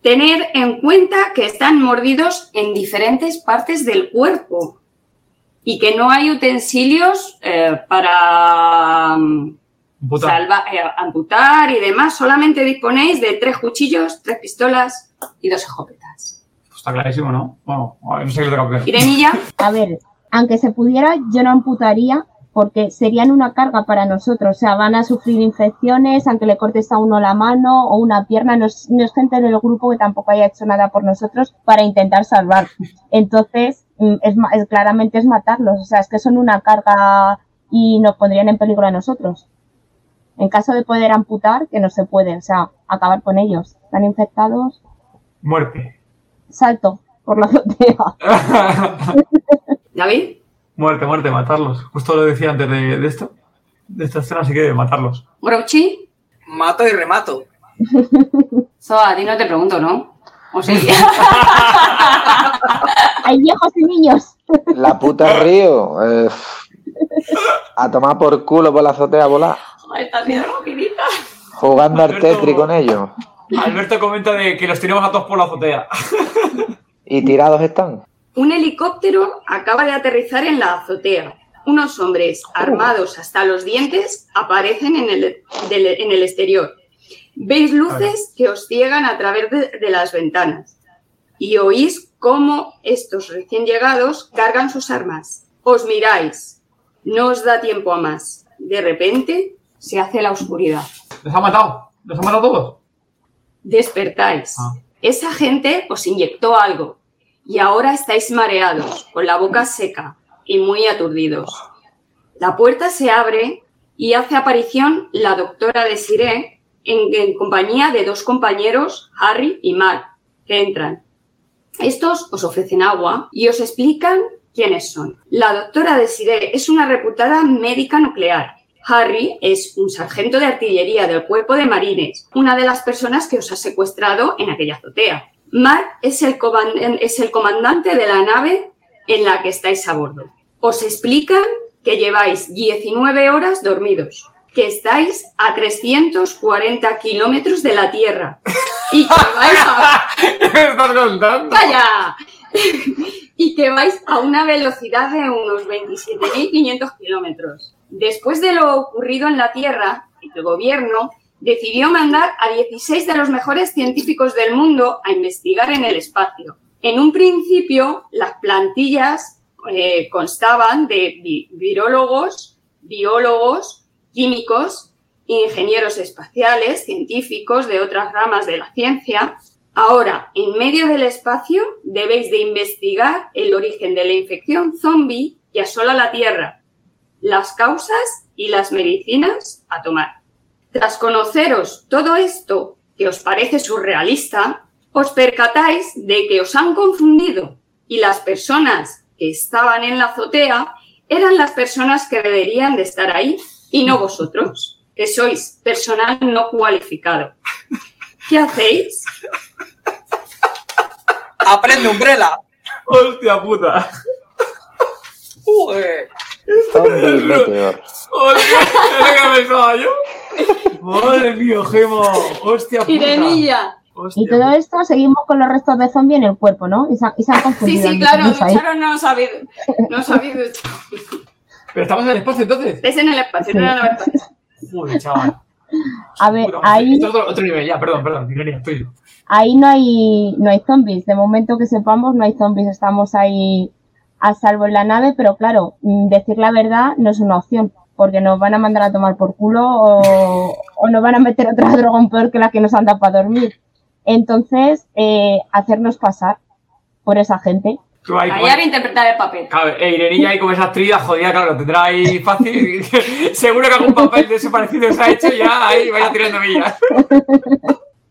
Speaker 1: Tener en cuenta que están mordidos en diferentes partes del cuerpo y que no hay utensilios eh, para mm,
Speaker 2: Puta.
Speaker 1: salva- eh, amputar y demás. Solamente disponéis de tres cuchillos, tres pistolas y dos escopetas.
Speaker 2: Está clarísimo, ¿no? Bueno, a ver, no sé qué es lo que va a hacer.
Speaker 1: Irenilla,
Speaker 5: A ver, aunque se pudiera, yo no amputaría porque serían una carga para nosotros. O sea, van a sufrir infecciones, aunque le cortes a uno la mano o una pierna. No es, no es gente del grupo que tampoco haya hecho nada por nosotros para intentar salvar. Entonces, mm, es, ma- es- claramente es matarlos. O sea, es que son una carga y nos pondrían en peligro a nosotros. En caso de poder amputar, que no se puede, o sea, acabar con ellos. Están infectados,
Speaker 2: Muerte.
Speaker 5: salto por la azotea.
Speaker 1: David,
Speaker 2: muerte, muerte, matarlos. Justo lo decía antes de, de esto. De esta escena, así que matarlos.
Speaker 1: Grouchy,
Speaker 3: Mato y remato.
Speaker 1: Soa, a ti no te pregunto, ¿no? O sí.
Speaker 5: Hay viejos y niños.
Speaker 4: La puta río. eh, a tomar por culo por la azotea a volar.
Speaker 1: Está siendo rapidita.
Speaker 4: Jugando al
Speaker 2: Alberto.
Speaker 4: Tetris con ellos.
Speaker 2: Alberto comenta de que los tiramos a todos por la azotea.
Speaker 4: Y tirados están.
Speaker 1: Un helicóptero acaba de aterrizar en la azotea. Unos hombres armados hasta los dientes aparecen en el, del- en el exterior. Veis luces que os ciegan a través de, de las ventanas y oís cómo estos recién llegados cargan sus armas. Os miráis, no os da tiempo a más. De repente se hace la oscuridad.
Speaker 2: ¿Los ha matado? ¿Los ha matado todos?
Speaker 1: despertáis.
Speaker 2: Ah.
Speaker 1: Esa gente os inyectó algo y ahora estáis mareados, con la boca seca y muy aturdidos. La puerta se abre y hace aparición la doctora de Siré en, en compañía de dos compañeros, Harry y Matt, que entran. Estos os ofrecen agua y os explican quiénes son. La doctora de Siré es una reputada médica nuclear. Harry es un sargento de artillería del cuerpo de marines, una de las personas que os ha secuestrado en aquella azotea. Mark es el, coman- es el comandante de la nave en la que estáis a bordo. Os explican que lleváis 19 horas dormidos, que estáis a 340 kilómetros de la Tierra y que vais a...
Speaker 2: ¿Qué me estás contando?
Speaker 1: ¡Calla! y que vais a una velocidad de unos 27.500 kilómetros. Después de lo ocurrido en la Tierra, el gobierno decidió mandar a 16 de los mejores científicos del mundo a investigar en el espacio. En un principio, las plantillas eh, constaban de vi- virólogos, biólogos, químicos, ingenieros espaciales, científicos de otras ramas de la ciencia, Ahora, en medio del espacio, debéis de investigar el origen de la infección zombie que asola la Tierra, las causas y las medicinas a tomar. Tras conoceros todo esto, que os parece surrealista, os percatáis de que os han confundido y las personas que estaban en la azotea eran las personas que deberían de estar ahí y no vosotros, que sois personal no cualificado. ¿Qué hacéis?
Speaker 3: Aprende, Umbrella.
Speaker 2: Hostia puta.
Speaker 3: Joder.
Speaker 4: Zombie Meteor.
Speaker 2: Hostia, es lo que pensaba yo. Madre mía, Gema. Hostia puta.
Speaker 1: Sirenilla.
Speaker 2: Hostia,
Speaker 5: Y todo
Speaker 2: puta.
Speaker 5: esto seguimos con los restos de zombie en el cuerpo, ¿no? Y se, han- y se han
Speaker 1: Sí,
Speaker 5: confundido.
Speaker 1: sí,
Speaker 5: han
Speaker 1: claro,
Speaker 5: dicho, "Ahí".
Speaker 1: ducharon no os habéis, no os habéis duchado.
Speaker 2: Pero estamos en el espacio entonces.
Speaker 1: Estáis en el espacio, no en el espacio.
Speaker 2: Joder, chaval.
Speaker 5: A ver,
Speaker 2: Puta madre.
Speaker 5: ahí,
Speaker 2: Esto es otro, otro nivel, ya, perdón, perdón. Sirenilla, estoy.
Speaker 5: ahí no hay no hay zombies. De momento que sepamos, no hay zombies. Estamos ahí a salvo en la nave, pero claro, mm, decir la verdad no es una opción, porque nos van a mandar a tomar por culo o, o nos van a meter otra droga peor que la que nos han dado para dormir. Entonces, eh, hacernos pasar por esa gente.
Speaker 2: Tú ahí,
Speaker 1: Ahí
Speaker 2: bueno.
Speaker 1: hay que interpretar el papel.
Speaker 2: Claro, eh, Irenilla ahí como esa actriz jodida, claro, tendrá ahí fácil. Seguro que algún papel de ese parecido se ha hecho y ya ahí vaya tirando millas.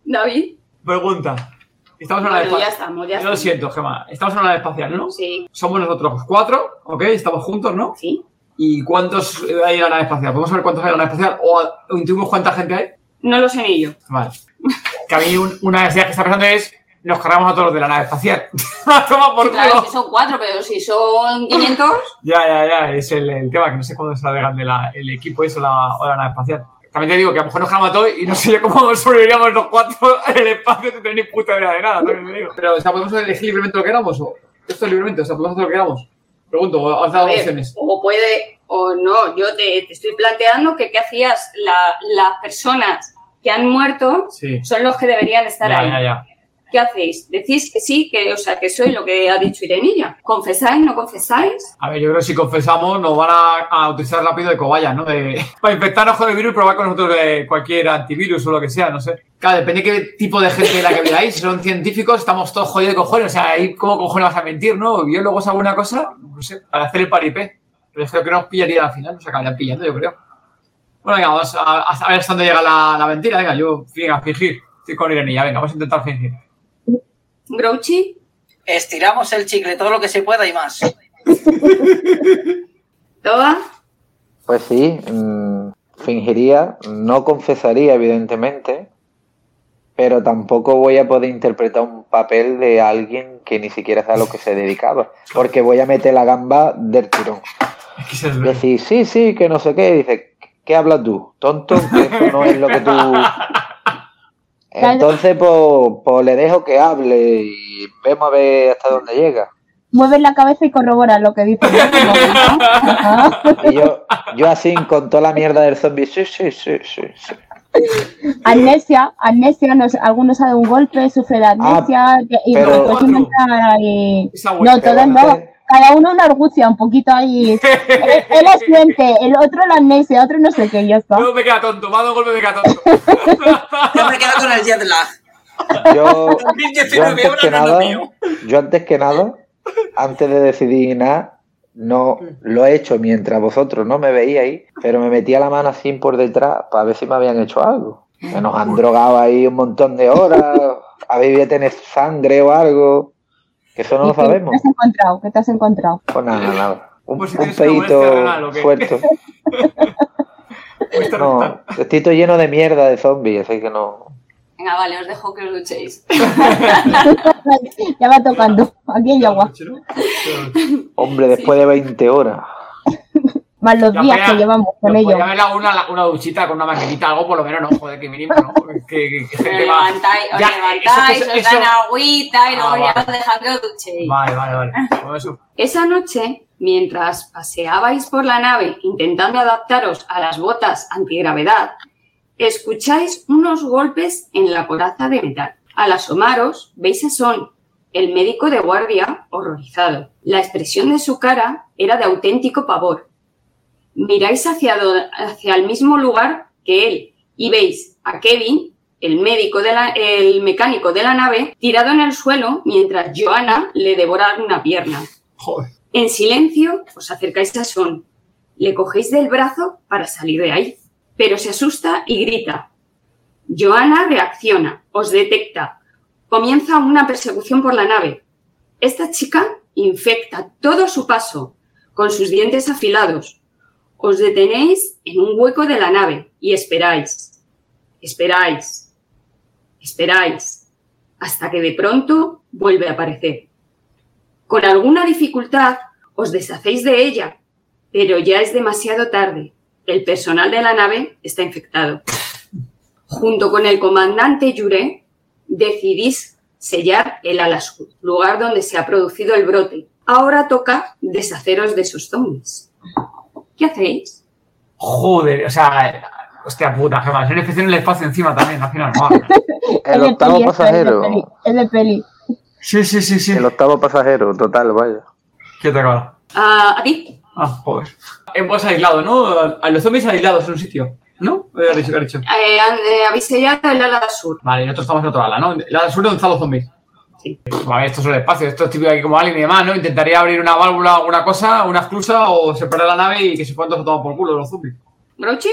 Speaker 1: David.
Speaker 2: Pregunta. Estamos en la
Speaker 1: Bueno, ya
Speaker 2: espacial.
Speaker 1: estamos, ya
Speaker 2: Yo lo
Speaker 1: estamos.
Speaker 2: siento, Gemma. Estamos en la espacial, ¿no?
Speaker 1: Sí,
Speaker 2: Somos nosotros cuatro, ¿ok? Estamos juntos, ¿no?
Speaker 1: sí.
Speaker 2: ¿Y cuántos hay en la nave espacial? ¿Podemos saber cuántos hay en la nave espacial? ¿O a- o intuimos cuánta gente hay?
Speaker 1: No lo sé ni yo.
Speaker 2: Vale. Que a mí un- una de las ideas que está pensando es nos cargamos a todos los de la nave espacial. Toma por
Speaker 1: Claro,
Speaker 2: culo.
Speaker 1: si son cuatro, pero si son 500,
Speaker 2: Ya, ya, ya. Es el, el tema que no sé cuándo se la de la, el equipo eso la, o la nave espacial. También te digo que a lo mejor nos cargamos a todos y no sé yo cómo sobreviviríamos los cuatro en el espacio sin tener ni puta idea de nada. También te digo. Pero, o sea, ¿podemos elegir libremente lo que queramos? O, esto es libremente, o sea, ¿podemos hacer lo que queramos? Pregunto, ¿o has
Speaker 1: a
Speaker 2: dado
Speaker 1: ver,
Speaker 2: opciones?
Speaker 1: o puede o no. Yo te, te estoy planteando que qué hacías La- las personas que han muerto
Speaker 2: Sí.
Speaker 1: son los que deberían estar
Speaker 2: Ya,
Speaker 1: ahí.
Speaker 2: ya, ya.
Speaker 1: ¿Qué hacéis? ¿Decís que sí, que, o sea, que soy lo que ha dicho Irenilla? ¿Confesáis, no confesáis?
Speaker 2: A ver, yo creo que si confesamos nos van a, a utilizar rápido de cobayas, ¿no? De- para infectarnos con el virus y probar con nosotros de cualquier antivirus o lo que sea, no sé. Claro, depende de qué tipo de gente de la que veáis. Si son científicos, estamos todos jodidos de cojones. O sea, ahí cómo cojones vas a mentir, ¿no? Biólogos, alguna cosa, no sé, para hacer el paripé. Pero es que creo que nos pillaría al final, nos acabarían pillando, yo creo. Bueno, venga, vamos a, a- a ver hasta dónde llega la, la mentira. Venga, yo, venga, fingir. Estoy con ironía, venga, vamos a intentar fingir.
Speaker 1: ¿Grouchy?
Speaker 3: Estiramos el chicle todo lo que se pueda y más.
Speaker 1: ¿Toba?
Speaker 4: Pues sí, mm, fingiría, no confesaría, evidentemente, pero tampoco voy a poder interpretar un papel de alguien que ni siquiera sabe a lo que se dedicaba, porque voy a meter la gamba del tirón.
Speaker 2: Es que se
Speaker 4: Decir, sí, sí, que no sé qué, y dice, ¿qué hablas tú? Tonto, que eso no es lo que tú... Entonces, pues, pues le dejo que hable y vemos a ver hasta dónde llega.
Speaker 5: Mueves la cabeza y corroboras lo que dices. ¿no? Ajá.
Speaker 4: Y yo, yo así, con toda la mierda del zombie, sí, sí, sí, sí, sí.
Speaker 5: Amnesia, amnesia, no sé, alguno sabe un golpe, sufre de amnesia que- y
Speaker 4: Ah,
Speaker 5: pues,
Speaker 4: pero-
Speaker 5: después inventan ahí-
Speaker 2: Esa buena,
Speaker 5: No, todo
Speaker 4: pero
Speaker 5: no.
Speaker 4: antes-
Speaker 5: Cada uno una argucia, un poquito ahí. Él, él es frente, el otro la amnesia, otro no sé qué, y ya está.
Speaker 2: No me queda tonto, va a dar un golpe me queda tonto.
Speaker 3: Yo me quedo con el jet lag.
Speaker 4: Yo, yo
Speaker 3: 2019
Speaker 4: antes
Speaker 3: ahora
Speaker 4: que
Speaker 3: no es lo
Speaker 4: nada,
Speaker 3: mío.
Speaker 4: yo antes que nada, antes de decidir nada, no lo he hecho mientras vosotros no me veíais, pero me metía la mano así por detrás para ver si me habían hecho algo. Que nos han drogado ahí un montón de horas, habéis voy a tener sangre o algo, que eso no
Speaker 5: ¿Y
Speaker 4: lo
Speaker 5: qué
Speaker 4: sabemos.
Speaker 5: te has encontrado? ¿Qué te has encontrado?
Speaker 4: Pues nada, nada. Un,
Speaker 2: Pues si
Speaker 4: un
Speaker 2: tienes una
Speaker 4: peito
Speaker 2: molestia renal, ¿o qué?
Speaker 4: suelto.
Speaker 2: Cuesta
Speaker 4: No,
Speaker 2: restar.
Speaker 4: estoy todo lleno de mierda de zombies, así que no.
Speaker 1: Venga, vale, os dejo que os duchéis.
Speaker 5: ya va tocando. Aquí hay agua.
Speaker 4: Hombre, después de 20 horas.
Speaker 5: Más los
Speaker 2: Ya
Speaker 5: días
Speaker 2: podía-
Speaker 5: que llevamos con
Speaker 2: Podría
Speaker 5: ellos.
Speaker 2: Pues haber una, una duchita con una maquinita, algo por lo menos, no, joder, que mínimo, ¿no? Que, que- que
Speaker 1: Os
Speaker 2: gente más.
Speaker 1: levantáis, os
Speaker 2: Ya,
Speaker 1: levantáis,
Speaker 2: eso-
Speaker 1: os
Speaker 2: eso-
Speaker 1: dan agüita y luego
Speaker 2: Ah,
Speaker 1: ya
Speaker 2: vale.
Speaker 1: os dejan que os duchéis.
Speaker 2: Vale, vale, vale. Bueno, eso.
Speaker 1: Esa noche, mientras paseabais por la nave intentando adaptaros a las botas antigravedad, escucháis unos golpes en la coraza de metal. Al asomaros, veis a Son, el médico de guardia, horrorizado. La expresión de su cara era de auténtico pavor. Miráis hacia, do- hacia el mismo lugar que él y veis a Kevin, el médico de la- el mecánico de la nave, tirado en el suelo mientras Joanna le devora una pierna.
Speaker 2: Joder.
Speaker 1: En silencio os acercáis a Son. Le cogéis del brazo para salir de ahí, pero se asusta y grita. Joana reacciona, os detecta. Comienza una persecución por la nave. Esta chica infecta todo su paso con sus dientes afilados. Os detenéis en un hueco de la nave y esperáis. Esperáis. Esperáis. hasta que de pronto vuelve a aparecer. Con alguna dificultad os deshacéis de ella, pero ya es demasiado tarde. El personal de la nave está infectado. Junto con el comandante Yure, decidís sellar el Alasur, lugar donde se ha producido el brote. Ahora toca deshaceros de sus zombies. ¿Qué hacéis?
Speaker 2: Joder, o sea, hostia puta, Gemma. Es una especie en el espacio encima también, al final. madre.
Speaker 5: Es
Speaker 4: El
Speaker 5: de peli,
Speaker 4: octavo
Speaker 5: esto es de
Speaker 4: pasajero.
Speaker 5: peli, Es de peli.
Speaker 2: Sí, sí, sí, sí.
Speaker 4: El octavo pasajero, total, vaya.
Speaker 2: ¿Qué te acaba?
Speaker 1: Ah, ¿A ti?
Speaker 2: Ah, joder. Hemos aislado, ¿no? A los zombies aislados en un sitio, ¿no? Había dicho, había dicho.
Speaker 1: Eh, han- eh, habéis sellado el ala sur.
Speaker 2: Vale, nosotros estamos en otro ala, ¿no? El ala sur donde están los zombies.
Speaker 1: Sí.
Speaker 2: Vale, esto es el espacio, esto es típico aquí como alguien y demás, ¿no? Intentaría abrir una válvula o alguna cosa, una esclusa o separar la nave y que se cuántos se toman por culo los zombies.
Speaker 1: ¿Brochi?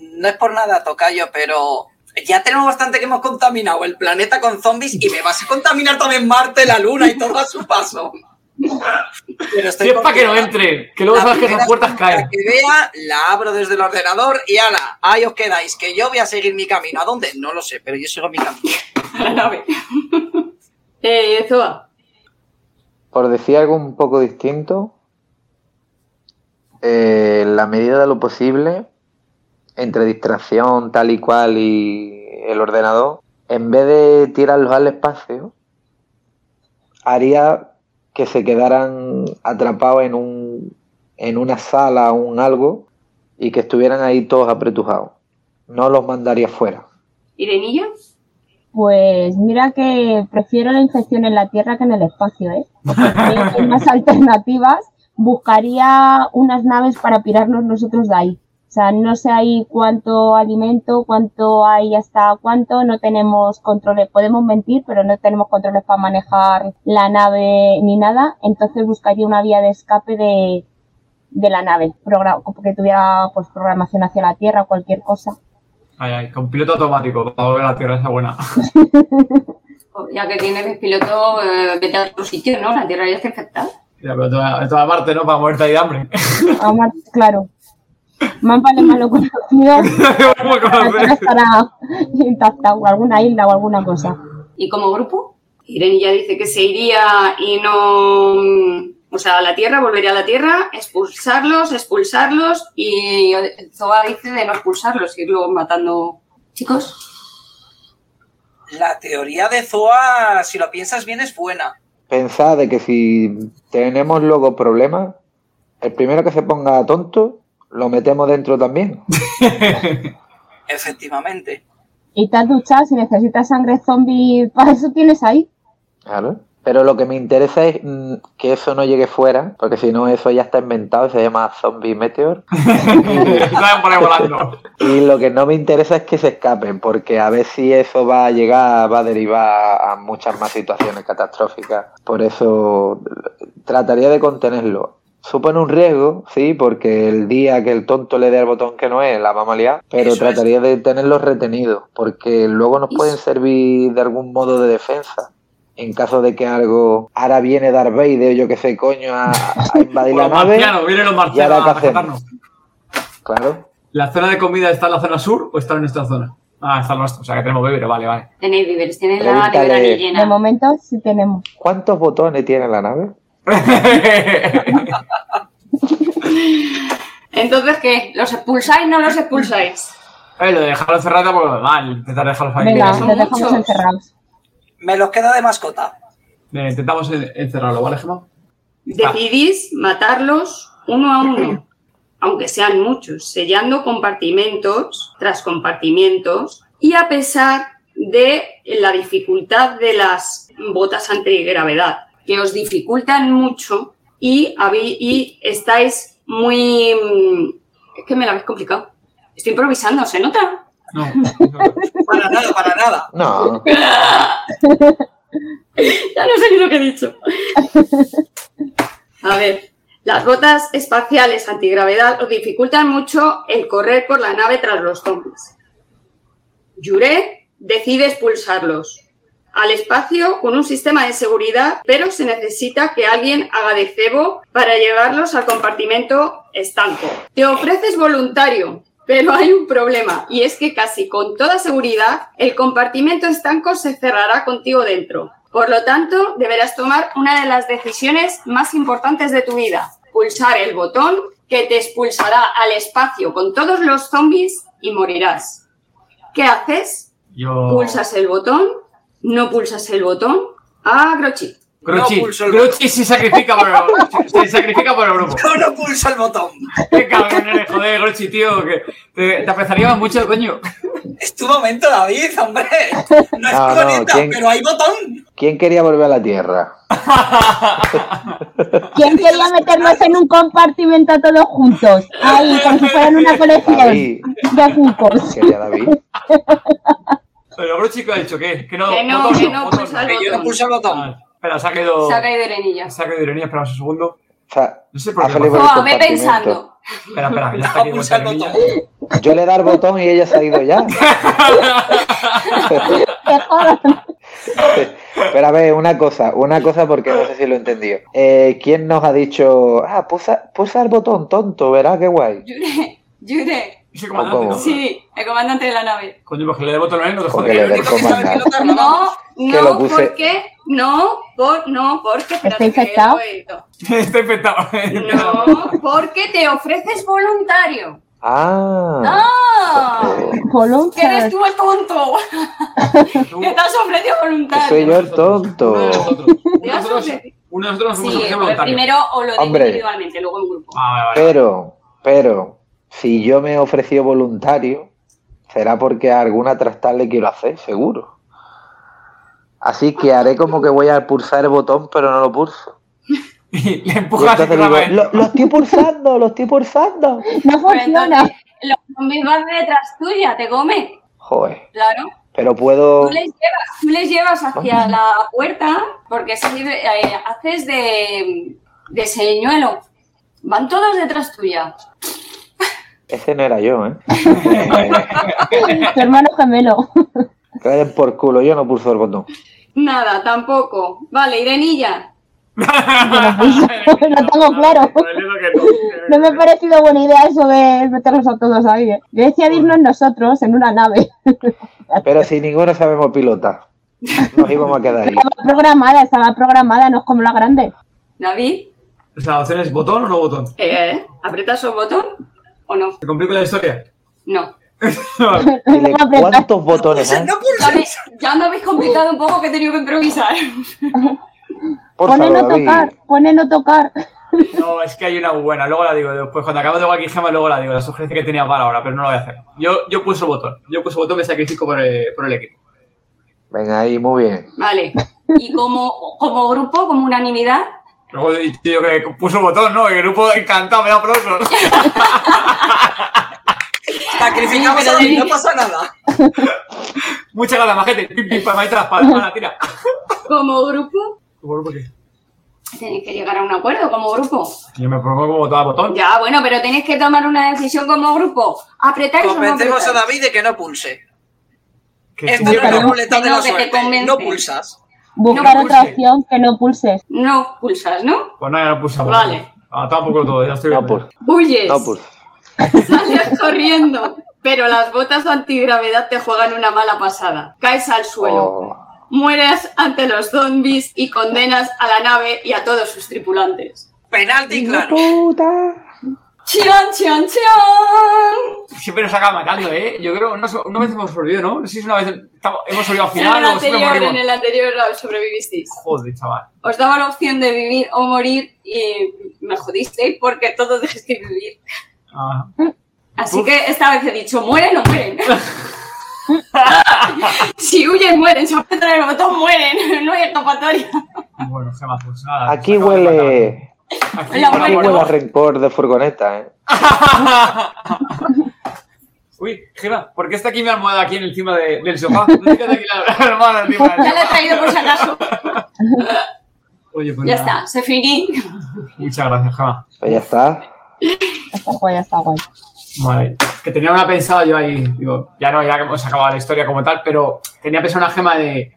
Speaker 3: No es por nada, Tocayo, pero ya tenemos bastante que hemos contaminado el planeta con zombies y me vas a contaminar también Marte, la Luna y todo a su paso. Pero estoy
Speaker 2: Si es para que no
Speaker 3: confiada.
Speaker 2: entren, que luego
Speaker 3: La
Speaker 2: sabes que
Speaker 3: primera
Speaker 2: esas puertas
Speaker 3: sombra
Speaker 2: caen.
Speaker 3: que vea, la abro desde el ordenador y ala, ahí os quedáis, que yo voy a seguir mi camino. ¿A dónde? No lo sé, pero yo sigo mi camino.
Speaker 1: A la nave. eh, Zoa.
Speaker 4: Por decir algo un poco distinto, eh, en la medida de lo posible, entre distracción tal y cual y el ordenador, en vez de tirarlos al espacio, haría que se quedaran atrapados en, un, en una sala o un algo y que estuvieran ahí todos apretujados. No los mandaría fuera.
Speaker 1: ¿Irenilla?
Speaker 5: Pues mira que prefiero la infección en la tierra que en el espacio, ¿eh? Porque hay unas alternativas. Buscaría unas naves para pirarnos nosotros de ahí. O sea, no sé ahí cuánto alimento, cuánto hay hasta cuánto, no tenemos controles, podemos mentir, pero no tenemos controles para manejar la nave ni nada, entonces buscaría una vía de escape de, de la nave, progra- que tuviera pues programación hacia la Tierra o cualquier cosa.
Speaker 2: Ay, ay, con piloto automático, para volver a la Tierra, esa buena.
Speaker 1: Ya que tienes el piloto, eh, vete a otro sitio, ¿no? La Tierra ya está infectada.
Speaker 2: Ya, pero toda, toda parte, ¿no? Para muerte ahí de hambre.
Speaker 5: Además, Ah, claro. Más vale malo conocido
Speaker 2: Como
Speaker 5: para que no
Speaker 2: conocer.
Speaker 5: estará intacta o alguna isla o alguna cosa.
Speaker 1: ¿Y como grupo? Irenilla dice que se iría y no... mm, O sea, a la Tierra, volvería a la Tierra, expulsarlos, expulsarlos y Zoa dice de no expulsarlos, irlo matando. Chicos,
Speaker 3: La teoría de Zoa, si lo piensas bien, es buena.
Speaker 4: pensad de que si tenemos luego problemas, el primero que se ponga tonto, lo metemos dentro también.
Speaker 3: Efectivamente.
Speaker 5: Y te has duchado, si necesitas sangre zombie, para eso tienes ahí.
Speaker 4: Claro. Pero lo que me interesa es mm, que eso no llegue fuera, porque si no eso ya está inventado y se llama Zombie Meteor.
Speaker 2: Estaban por ahí volando.
Speaker 4: Y lo que no me interesa es que se escapen, porque a ver si eso va a llegar, va a derivar a muchas más situaciones catastróficas. Por eso eh, trataría de contenerlo. Supone un riesgo, sí, porque el día que el tonto le dé al botón que no es, la vamos a liar, pero
Speaker 3: Eso es.
Speaker 4: trataría de tenerlos retenidos, porque luego nos
Speaker 1: Eso.
Speaker 4: pueden servir de algún modo de defensa. En caso de que algo ahora viene Darth Vader, yo que sé, coño, a, a invadir la
Speaker 2: Los
Speaker 4: nave.
Speaker 2: marcianos, vienen los
Speaker 4: ¿Y ahora
Speaker 2: marcianos
Speaker 4: qué
Speaker 2: a
Speaker 4: hacemos?
Speaker 2: rescatarnos.
Speaker 4: Claro.
Speaker 2: ¿La zona de comida está en la zona sur o está en nuestra zona? Ah, está en nuestra, o sea que tenemos beber, vale, vale.
Speaker 1: tenéis víveres, tenéis la
Speaker 4: Pregúntale.
Speaker 1: nevera
Speaker 5: De
Speaker 1: llena.
Speaker 5: momento sí tenemos.
Speaker 4: ¿Cuántos botones tiene la nave?
Speaker 1: Entonces, ¿qué? ¿Los expulsáis no los expulsáis?
Speaker 2: Eh, lo de dejarlo cerrado porque mal, intentar dejarlo
Speaker 5: Venga,
Speaker 2: ahí.
Speaker 1: son
Speaker 5: los dejamos
Speaker 1: muchos.
Speaker 5: encerrados.
Speaker 3: Me los queda de mascota.
Speaker 2: Eh, intentamos en- encerrarlo, ¿vale, Gemma?
Speaker 1: Decidís matarlos uno a uno, aunque sean muchos, sellando compartimentos tras compartimentos y a pesar de la dificultad de las botas antigravedad, que os dificultan mucho y, habí- y estáis muy... mm, Es que me la habéis complicado. Estoy improvisando, ¿se nota?
Speaker 2: No. no.
Speaker 3: Para nada, para nada.
Speaker 4: No.
Speaker 1: Ya no sé ni lo que he dicho. A ver, las botas espaciales antigravedad os dificultan mucho el correr por la nave tras los zombies. Yure decide expulsarlos al espacio con un sistema de seguridad, pero se necesita que alguien haga de cebo para llevarlos al compartimento estanco. Te ofreces voluntario, Pero hay un problema y es que casi con toda seguridad el compartimento estanco se cerrará contigo dentro. Por lo tanto, deberás tomar una de las decisiones más importantes de tu vida. Pulsar el botón que te expulsará al espacio con todos los zombies y morirás. ¿Qué haces?
Speaker 2: Yo.
Speaker 1: ¿Pulsas el botón? ¿No pulsas el botón? Ah, Grochi.
Speaker 2: Gruchi,
Speaker 3: No pulso el
Speaker 2: Gruchi se sacrifica por el, se sacrifica por el grupo.
Speaker 3: Yo no pulso el botón.
Speaker 2: Qué cabrón eres, joder, Grochi, tío. Que te, te aprezaríamos mucho, coño.
Speaker 3: Es tu momento, David, hombre. No es
Speaker 4: No, no,
Speaker 3: bonita,
Speaker 4: ¿quién-
Speaker 3: pero hay botón.
Speaker 4: ¿Quién quería volver a la Tierra?
Speaker 5: ¿Quién quería meternos en un compartimento todos juntos? Ahí, como si fueran una colección
Speaker 4: David.
Speaker 5: de fucos.
Speaker 4: Quería David.
Speaker 2: Pero Grochi, ¿qué ha dicho? ¿Qué? Que no,
Speaker 1: Que no,
Speaker 2: botón,
Speaker 1: que no, pulsa el
Speaker 3: Que yo no
Speaker 1: botón.
Speaker 3: pulso el botón.
Speaker 2: Ah, espera, se ha quedado.
Speaker 1: Saca de ironía.
Speaker 2: Se ha quedado ironía, espera un segundo.
Speaker 4: O sea,
Speaker 2: No sé por
Speaker 4: Ah,
Speaker 2: qué.
Speaker 4: vale,
Speaker 2: pasa.
Speaker 4: vale.
Speaker 1: No, ve pensando.
Speaker 2: Espera, espera, que ya está
Speaker 3: No
Speaker 2: aquí.
Speaker 3: pulsa el
Speaker 2: vuelta de
Speaker 3: botón.
Speaker 2: niña.
Speaker 4: yo le he dado el botón y ella se ha ido ya.
Speaker 5: Que jodan.
Speaker 4: Pero a ver, una cosa, una cosa porque no sé si lo he entendido. Eh, ¿Quién nos ha dicho, ah, pulsa, pulsa el botón, tonto, verás qué guay?
Speaker 1: Yure, Yure.
Speaker 2: Ese comandante,
Speaker 4: ¿Cómo?
Speaker 2: ¿no?
Speaker 1: Sí, el comandante de la nave.
Speaker 2: Coño, pues que le dé botón a él, no te
Speaker 4: Porque le
Speaker 2: jodas.
Speaker 3: El
Speaker 4: dé-
Speaker 3: único que sabe
Speaker 4: comandante.
Speaker 3: pilotar, no.
Speaker 1: No,
Speaker 4: Que lo
Speaker 1: no,
Speaker 4: puse.
Speaker 1: porque, no, por, no, porque, espérate,
Speaker 5: ¿Está
Speaker 1: que
Speaker 5: infectado?
Speaker 1: puedo.
Speaker 2: Está infectado.
Speaker 1: No, porque te ofreces voluntario.
Speaker 4: Ah,
Speaker 1: ¡Ah! Que eres
Speaker 5: Voluntas.
Speaker 1: tú el tonto.
Speaker 2: Tú-
Speaker 1: Que te has ofrecido
Speaker 4: que soy yo
Speaker 1: voluntario.
Speaker 4: el tonto.
Speaker 2: Uno de nosotros. Uno de
Speaker 1: Ya
Speaker 2: nosotros-
Speaker 1: sé.
Speaker 2: uno de nosotros nos fuimos a
Speaker 1: Sí,
Speaker 2: hacer
Speaker 1: pero
Speaker 2: voluntario.
Speaker 1: pues primero o lo digo
Speaker 4: Hombre.
Speaker 1: individualmente, luego en grupo.
Speaker 2: Ah, vale, vale.
Speaker 4: Pero, pero, si yo me he ofrecido voluntario, será porque a alguna trastada le quiero hacer, seguro. Así que haré como que voy a pulsar el botón, pero no lo pulso.
Speaker 2: Y le
Speaker 4: Y
Speaker 2: empujas
Speaker 4: entonces digo, lo, lo estoy pulsando, lo estoy pulsando.
Speaker 5: No
Speaker 1: Pero
Speaker 5: funciona.
Speaker 1: entonces, Los zombies van detrás tuya, te comen.
Speaker 4: Joder,
Speaker 1: Claro.
Speaker 4: pero
Speaker 1: Tú
Speaker 4: puedo...
Speaker 1: les llevas, tú les llevas hacia la puerta porque si eh, haces de, de señuelo. Van todos detrás tuya.
Speaker 4: Ese no era yo, ¿eh?
Speaker 5: Tu hermano gemelo.
Speaker 4: Que le den por culo, yo no pulso el botón.
Speaker 1: Nada, tampoco. Vale, Irenilla.
Speaker 5: No tengo claro. No me ha parecido buena idea eso de meternos a todos ahí. ¿eh? Yo decía de irnos nosotros en una nave.
Speaker 4: Pero si ninguno sabemos pilotar, nos íbamos a quedar ahí.
Speaker 5: Estaba programada, estaba programada, no es como la grande.
Speaker 1: David,
Speaker 2: O sea, la opción es botón o no botón.
Speaker 1: eh, ¿apretas el botón o no?
Speaker 2: ¿Te complico la historia?
Speaker 1: No.
Speaker 2: Vale.
Speaker 4: Y de ¿Cuántos botones
Speaker 3: Pulse-
Speaker 4: hay?
Speaker 3: No
Speaker 1: Ya, me,
Speaker 3: pulses.
Speaker 1: ya me habéis complicado un poco que he tenido que improvisar.
Speaker 4: Por
Speaker 5: Pone no
Speaker 4: favor, David.
Speaker 5: tocar, pone no tocar.
Speaker 2: No, es que hay una buena, luego la digo después. Cuando acabo de aquí gema, luego la digo. La sugerencia que tenía para ahora, pero no la voy a hacer. Yo, yo pulso el botón. Yo pulso el botón, me sacrifico por el, por el equipo.
Speaker 4: Venga ahí, muy bien.
Speaker 1: Vale. Y como, como grupo, como unanimidad,
Speaker 2: Luego he dicho yo que puso el botón, ¿no? El grupo encantado, me da aplausos.
Speaker 3: Sacrificamos a David, no pasa nada.
Speaker 2: Muchas gracias, majete. Pim, pim, palmaditas, palmada, tira.
Speaker 1: como grupo,
Speaker 2: ¿Cómo grupo qué?
Speaker 1: tenéis que llegar a un acuerdo como grupo.
Speaker 2: Yo me propongo como botón a botón.
Speaker 1: Ya, bueno, pero tenéis que tomar una decisión como grupo. ¿Apretáis o no
Speaker 3: Convencemos a
Speaker 1: apretáis?
Speaker 3: David de que no pulse.
Speaker 2: Que
Speaker 3: Esto no
Speaker 2: tú-
Speaker 3: es la
Speaker 5: pero-
Speaker 3: ruleta de
Speaker 1: que no,
Speaker 3: la
Speaker 1: que te
Speaker 3: suerte.
Speaker 1: convence.
Speaker 3: No pulsas.
Speaker 5: Buscar
Speaker 2: No
Speaker 5: otra
Speaker 2: pulses.
Speaker 5: opción que no pulses.
Speaker 1: No pulsas, ¿no?
Speaker 2: Pues nada, no pulsa.
Speaker 1: Vale.
Speaker 2: Ah, tampoco todo, ya estoy.
Speaker 4: No pues, pulso.
Speaker 1: Huyes,
Speaker 4: No pues, pulso.
Speaker 1: sales corriendo, pero las botas antigravedad te juegan una mala pasada. Caes al suelo,
Speaker 4: Oh,
Speaker 1: mueres ante los zombies y condenas a la nave y a todos sus tripulantes.
Speaker 3: Penalti, claro.
Speaker 4: puta.
Speaker 1: ¡Chian, chian, chian!
Speaker 2: Siempre nos acaba matando, ¿eh? Yo creo, no, so- una vez hemos sobrevivido, ¿no? No sé si es una vez estamos- hemos sobrevivido al
Speaker 1: En
Speaker 2: final
Speaker 1: el
Speaker 2: o siempre
Speaker 1: anterior,
Speaker 2: morimos.
Speaker 1: en el anterior sobrevivisteis.
Speaker 2: Joder, chaval.
Speaker 1: Os daba la opción de vivir o morir y me jodisteis porque todos dejisteis vivir.
Speaker 2: Ah.
Speaker 1: Así
Speaker 2: Uf.
Speaker 1: que esta vez he dicho, mueren o mueren. si huyen, mueren. Si apretan el botón, mueren. No hay escapatoria.
Speaker 2: Bueno, Gemma, pues nada.
Speaker 4: Aquí
Speaker 2: se acaba de
Speaker 4: huele,
Speaker 2: matar. Aquí
Speaker 1: La
Speaker 4: aquí
Speaker 2: huele a
Speaker 4: huele a
Speaker 2: muerte.
Speaker 4: rencor de furgoneta, ¿eh?
Speaker 2: Uy, Gemma, ¿por qué está aquí mi almohada aquí encima de- del sofá? No te queda aquí la la almohada encima del
Speaker 1: Ya la he
Speaker 2: sofá.
Speaker 1: traído por si acaso.
Speaker 2: Oye, pues
Speaker 1: Ya
Speaker 2: nada.
Speaker 1: está, se finí.
Speaker 2: Muchas gracias, Gemma.
Speaker 4: Pues ya está.
Speaker 5: Está guay, está guay.
Speaker 2: Vale. Que tenía una pensada yo ahí, digo, ya no, ya hemos acabado la historia como tal, pero tenía pensada una Gema de.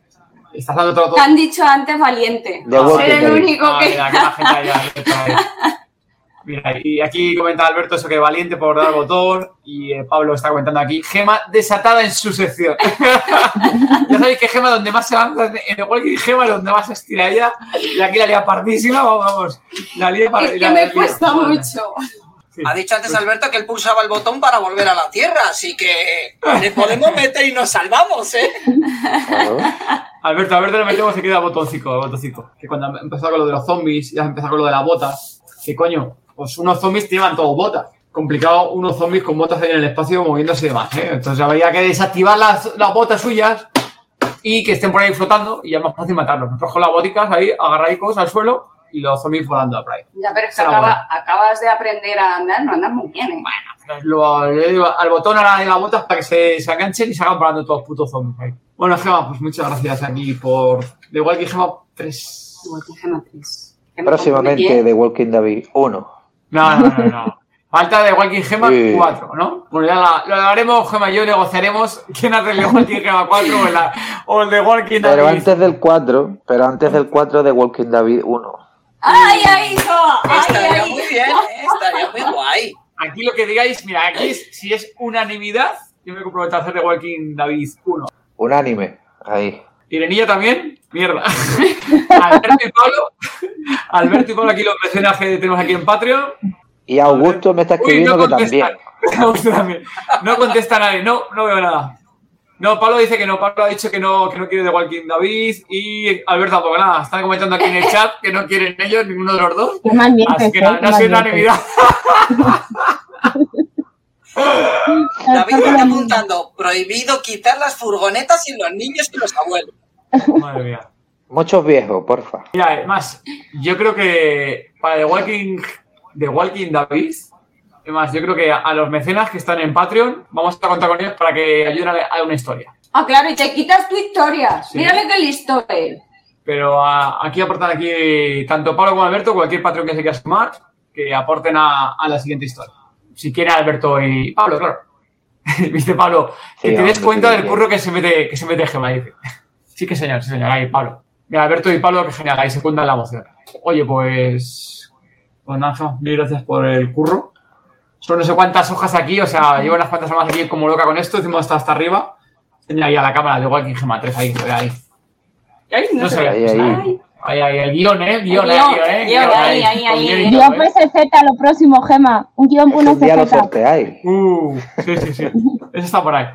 Speaker 2: Estás dando todo.
Speaker 1: Te han dicho antes valiente.
Speaker 4: De
Speaker 2: Ah,
Speaker 4: Walking
Speaker 1: Ser el
Speaker 4: Dead.
Speaker 1: único
Speaker 2: Ah,
Speaker 1: que...
Speaker 2: mira, que la gente ahí, ahí, ahí. Mira, y aquí comenta Alberto eso que valiente por dar botón y eh, Pablo está comentando aquí, Gema desatada en su sección. ya sabéis que Gema donde más se va, en el walking Gema donde más se estira ella y aquí la lía pardísima, vamos, vamos. La lía par-
Speaker 1: Es que
Speaker 2: la- la
Speaker 1: me
Speaker 2: lía.
Speaker 1: cuesta mucho.
Speaker 2: Sí.
Speaker 3: Ha dicho antes Alberto que él pulsaba el botón para volver a la Tierra, así que le podemos meter y nos salvamos, ¿eh?
Speaker 4: Claro.
Speaker 2: Alberto, Alberto le metemos que queda botoncito, botoncito. Que cuando empezó con lo de los zombies, ya empezó con lo de las botas. Que coño, pues unos zombies te llevan todos botas. Complicado unos zombies con botas ahí en el espacio moviéndose y demás, ¿eh? Entonces habría que desactivar las, las botas suyas y que estén por ahí flotando y ya es más fácil matarlos. Nosotros con las boticas ahí agarradicos al suelo y los zombies volando por ahí.
Speaker 1: Ya, pero es que
Speaker 2: Será
Speaker 1: acaba-
Speaker 2: bueno.
Speaker 1: acabas de aprender a andar, no andas muy bien. ¿eh?
Speaker 2: Lo- le digo al botón a la- de las botas para que se, se enganchen y salgan parando todos los putos zombies ahí. Bueno, Gema, pues muchas gracias aquí por... De igual que Gema 3...
Speaker 1: Igual que Gemma tres. Que me
Speaker 4: Próximamente
Speaker 1: confundí.
Speaker 4: The Walking David 1.
Speaker 2: No, no, no, no. Falta de Walking Gema
Speaker 4: Sí.
Speaker 2: 4, ¿no? Bueno, ya la- lo haremos, Gema y yo negociaremos quién hace el de Walking Gema 4 o, la- o el de Walking
Speaker 4: Pero
Speaker 2: David.
Speaker 4: antes del 4, pero antes del 4 The Walking David 1.
Speaker 1: ¡Ay, ay, hijo! ¡Ay,
Speaker 3: Estaría
Speaker 1: ay!
Speaker 3: muy bien, ¿eh? estaría muy guay.
Speaker 2: Aquí lo que digáis, mira, aquí es- si es unanimidad, yo me comprometo a hacer de Walking David 1.
Speaker 4: Unánime. Ahí.
Speaker 2: Irenilla también, mierda. Alberto y Pablo, Alberto y Pablo aquí los mecenas que tenemos aquí en Patreon.
Speaker 4: Y Augusto me está
Speaker 2: Uy,
Speaker 4: escribiendo que también.
Speaker 2: Augusto también. No contesta nadie, no, no veo nada. No, Pablo dice que no, Pablo ha dicho que no, que no quiere de Walking David y Alberto tampoco nada. Están comentando aquí en el chat que no quieren ellos, ninguno de los dos.
Speaker 5: Qué mal mientes,
Speaker 2: Así que
Speaker 5: eh,
Speaker 2: nada,
Speaker 5: qué
Speaker 2: no ha
Speaker 5: mal
Speaker 2: sido
Speaker 5: mientes.
Speaker 2: unanimidad.
Speaker 3: David está apuntando, prohibido quitar las furgonetas y los niños y los abuelos.
Speaker 2: Madre mía. Muchos
Speaker 4: viejos, porfa.
Speaker 2: Mira, además, yo creo que para The Walking, The Walking David, además, yo creo que a los mecenas que están en Patreon, vamos a contar con ellos para que ayuden a a una historia.
Speaker 1: Ah, claro, y te quitas tu historia.
Speaker 2: Sí.
Speaker 1: Mírale qué listo es.
Speaker 2: Pero a- aquí aportan aquí tanto Pablo como Alberto, cualquier patrón que se quiera sumar, que aporten a, a la siguiente historia. Si quieren Alberto y Pablo, claro. Dice Pablo, que
Speaker 4: Sí,
Speaker 2: te des
Speaker 4: hombre,
Speaker 2: cuenta
Speaker 4: sí,
Speaker 2: del
Speaker 4: sí.
Speaker 2: curro que se mete, que se mete Gemma, dice. Sí que señor, sí señor, ahí Pablo. Mira, Alberto y Pablo, que genial, ahí se cuentan la emoción. Oye, pues... Pues nada, Gemma, mil gracias por el curro. Son no sé cuántas hojas aquí, o sea, llevo unas cuantas hojas aquí como loca con esto, encima está hasta arriba. Tenía ahí a la cámara, de Walking Gemma 3, ahí, ahí.
Speaker 1: Ay, no
Speaker 2: No
Speaker 1: sé.
Speaker 2: sé,
Speaker 4: Ahí, ahí.
Speaker 2: Ahí, ahí, el guión, ¿eh? Guión,
Speaker 1: El
Speaker 2: eh,
Speaker 1: guión,
Speaker 2: guión, eh.
Speaker 1: el guión, ahí, ahí,
Speaker 2: Con
Speaker 1: ahí.
Speaker 2: guionito,
Speaker 5: Guión pues.
Speaker 2: ¿eh?
Speaker 5: PSZ, lo próximo, Gema. Un guión por
Speaker 4: Es que
Speaker 5: una
Speaker 4: un día lo
Speaker 5: PSZ.
Speaker 4: sorteáis.
Speaker 2: Uh, sí, sí, sí. Eso está por ahí.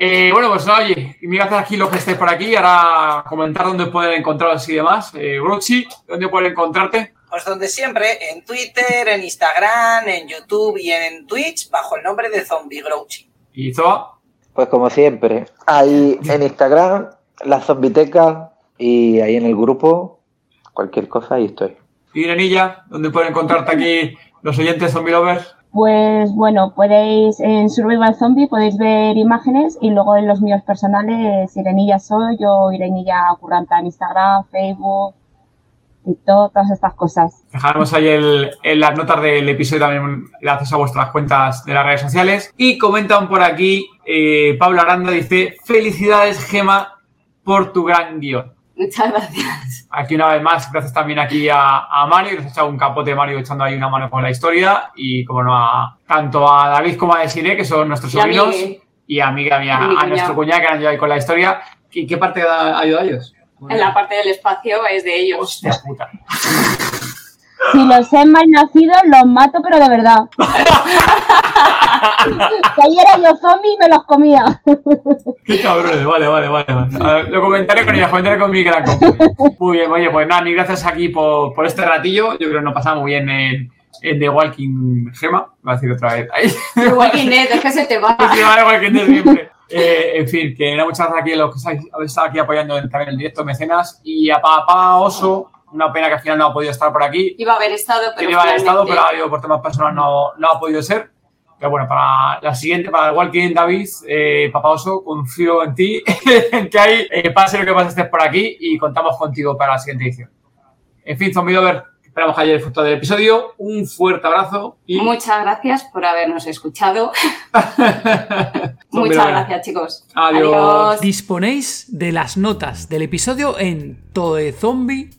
Speaker 2: Eh, bueno, pues nada, oye, y mirad aquí los que estéis por aquí. Ahora comentar dónde pueden encontraros y demás. Eh, Bruchi, ¿dónde pueden encontrarte?
Speaker 3: Pues donde siempre, en Twitter, en Instagram, en YouTube y en Twitch, bajo el nombre de Zombie Grouchy.
Speaker 2: Y Zoa.
Speaker 4: Pues como siempre. Ahí en Instagram, la zombiteca y ahí en el grupo, cualquier cosa, ahí estoy.
Speaker 2: Y Irenilla, ¿dónde pueden encontrarte aquí los oyentes Zombie Lovers?
Speaker 5: Pues bueno, podéis en Survival Zombie podéis ver imágenes y luego en los míos personales, Irenilla Soy yo Irenilla Curranta en Instagram, Facebook, TikTok, todas estas cosas.
Speaker 2: Dejaremos ahí el- en las notas del episodio también el acceso a vuestras cuentas de las redes sociales. Y comentan por aquí, eh, Pablo Aranda dice, felicidades Gema por tu gran guión.
Speaker 1: Muchas gracias.
Speaker 2: Aquí una vez más, gracias también aquí a, a Mario, que nos ha echado un capote Mario echando ahí una mano con la historia. Y como no, a, tanto a David como a Desiree, que son nuestros
Speaker 1: Y a
Speaker 2: sobrinos,
Speaker 1: Miguel.
Speaker 2: y amiga
Speaker 1: Y
Speaker 2: mía,
Speaker 1: mi
Speaker 2: a
Speaker 1: cuñado.
Speaker 2: nuestro cuñado que han ayudado ahí con la historia. ¿Y qué parte ha ayudado a ellos?
Speaker 1: En la parte del espacio es de ellos.
Speaker 2: Hostia puta.
Speaker 5: Si los he malnacidos, los mato, pero de verdad. que ayer era yo zombie y me los comía.
Speaker 2: Qué cabrones, vale, vale, vale. vale. A ver, lo comentaré con ella, lo comentaré con mi gran compañero. Muy bien, oye, pues nada, mil gracias aquí por, por este ratillo. Yo creo que nos pasamos muy bien en, en The Walking Gema. Voy a decir otra vez. Ahí.
Speaker 1: The Walking Dead, es que se te va.
Speaker 2: Sí, vale, Walking Dead siempre. Eh, en fin, que era muchas gracias aquí a los que estáis- habéis estado aquí apoyando en- también el directo mecenas y a Papá Oso, una pena que al final no ha podido estar por aquí,
Speaker 1: Iba a haber estado,
Speaker 2: que
Speaker 1: pero.
Speaker 2: lleva el estado, pero
Speaker 1: finalmente-
Speaker 2: ha habido por temas personales no, no ha podido ser. Pero bueno, para la siguiente, para el Walking David, eh, Papá Oso, confío en ti, en que ahí eh, pase lo que pase, estés por aquí y contamos contigo para la siguiente edición. En fin, Zombie Lover, esperamos que hayáis disfrutado del episodio. Un fuerte abrazo y.
Speaker 1: Muchas gracias por habernos escuchado.
Speaker 2: Zombie
Speaker 1: Muchas
Speaker 2: Lover.
Speaker 1: gracias, chicos.
Speaker 2: Adiós.
Speaker 6: Disponéis de las notas del episodio en toezombie.com. zombilovers.com.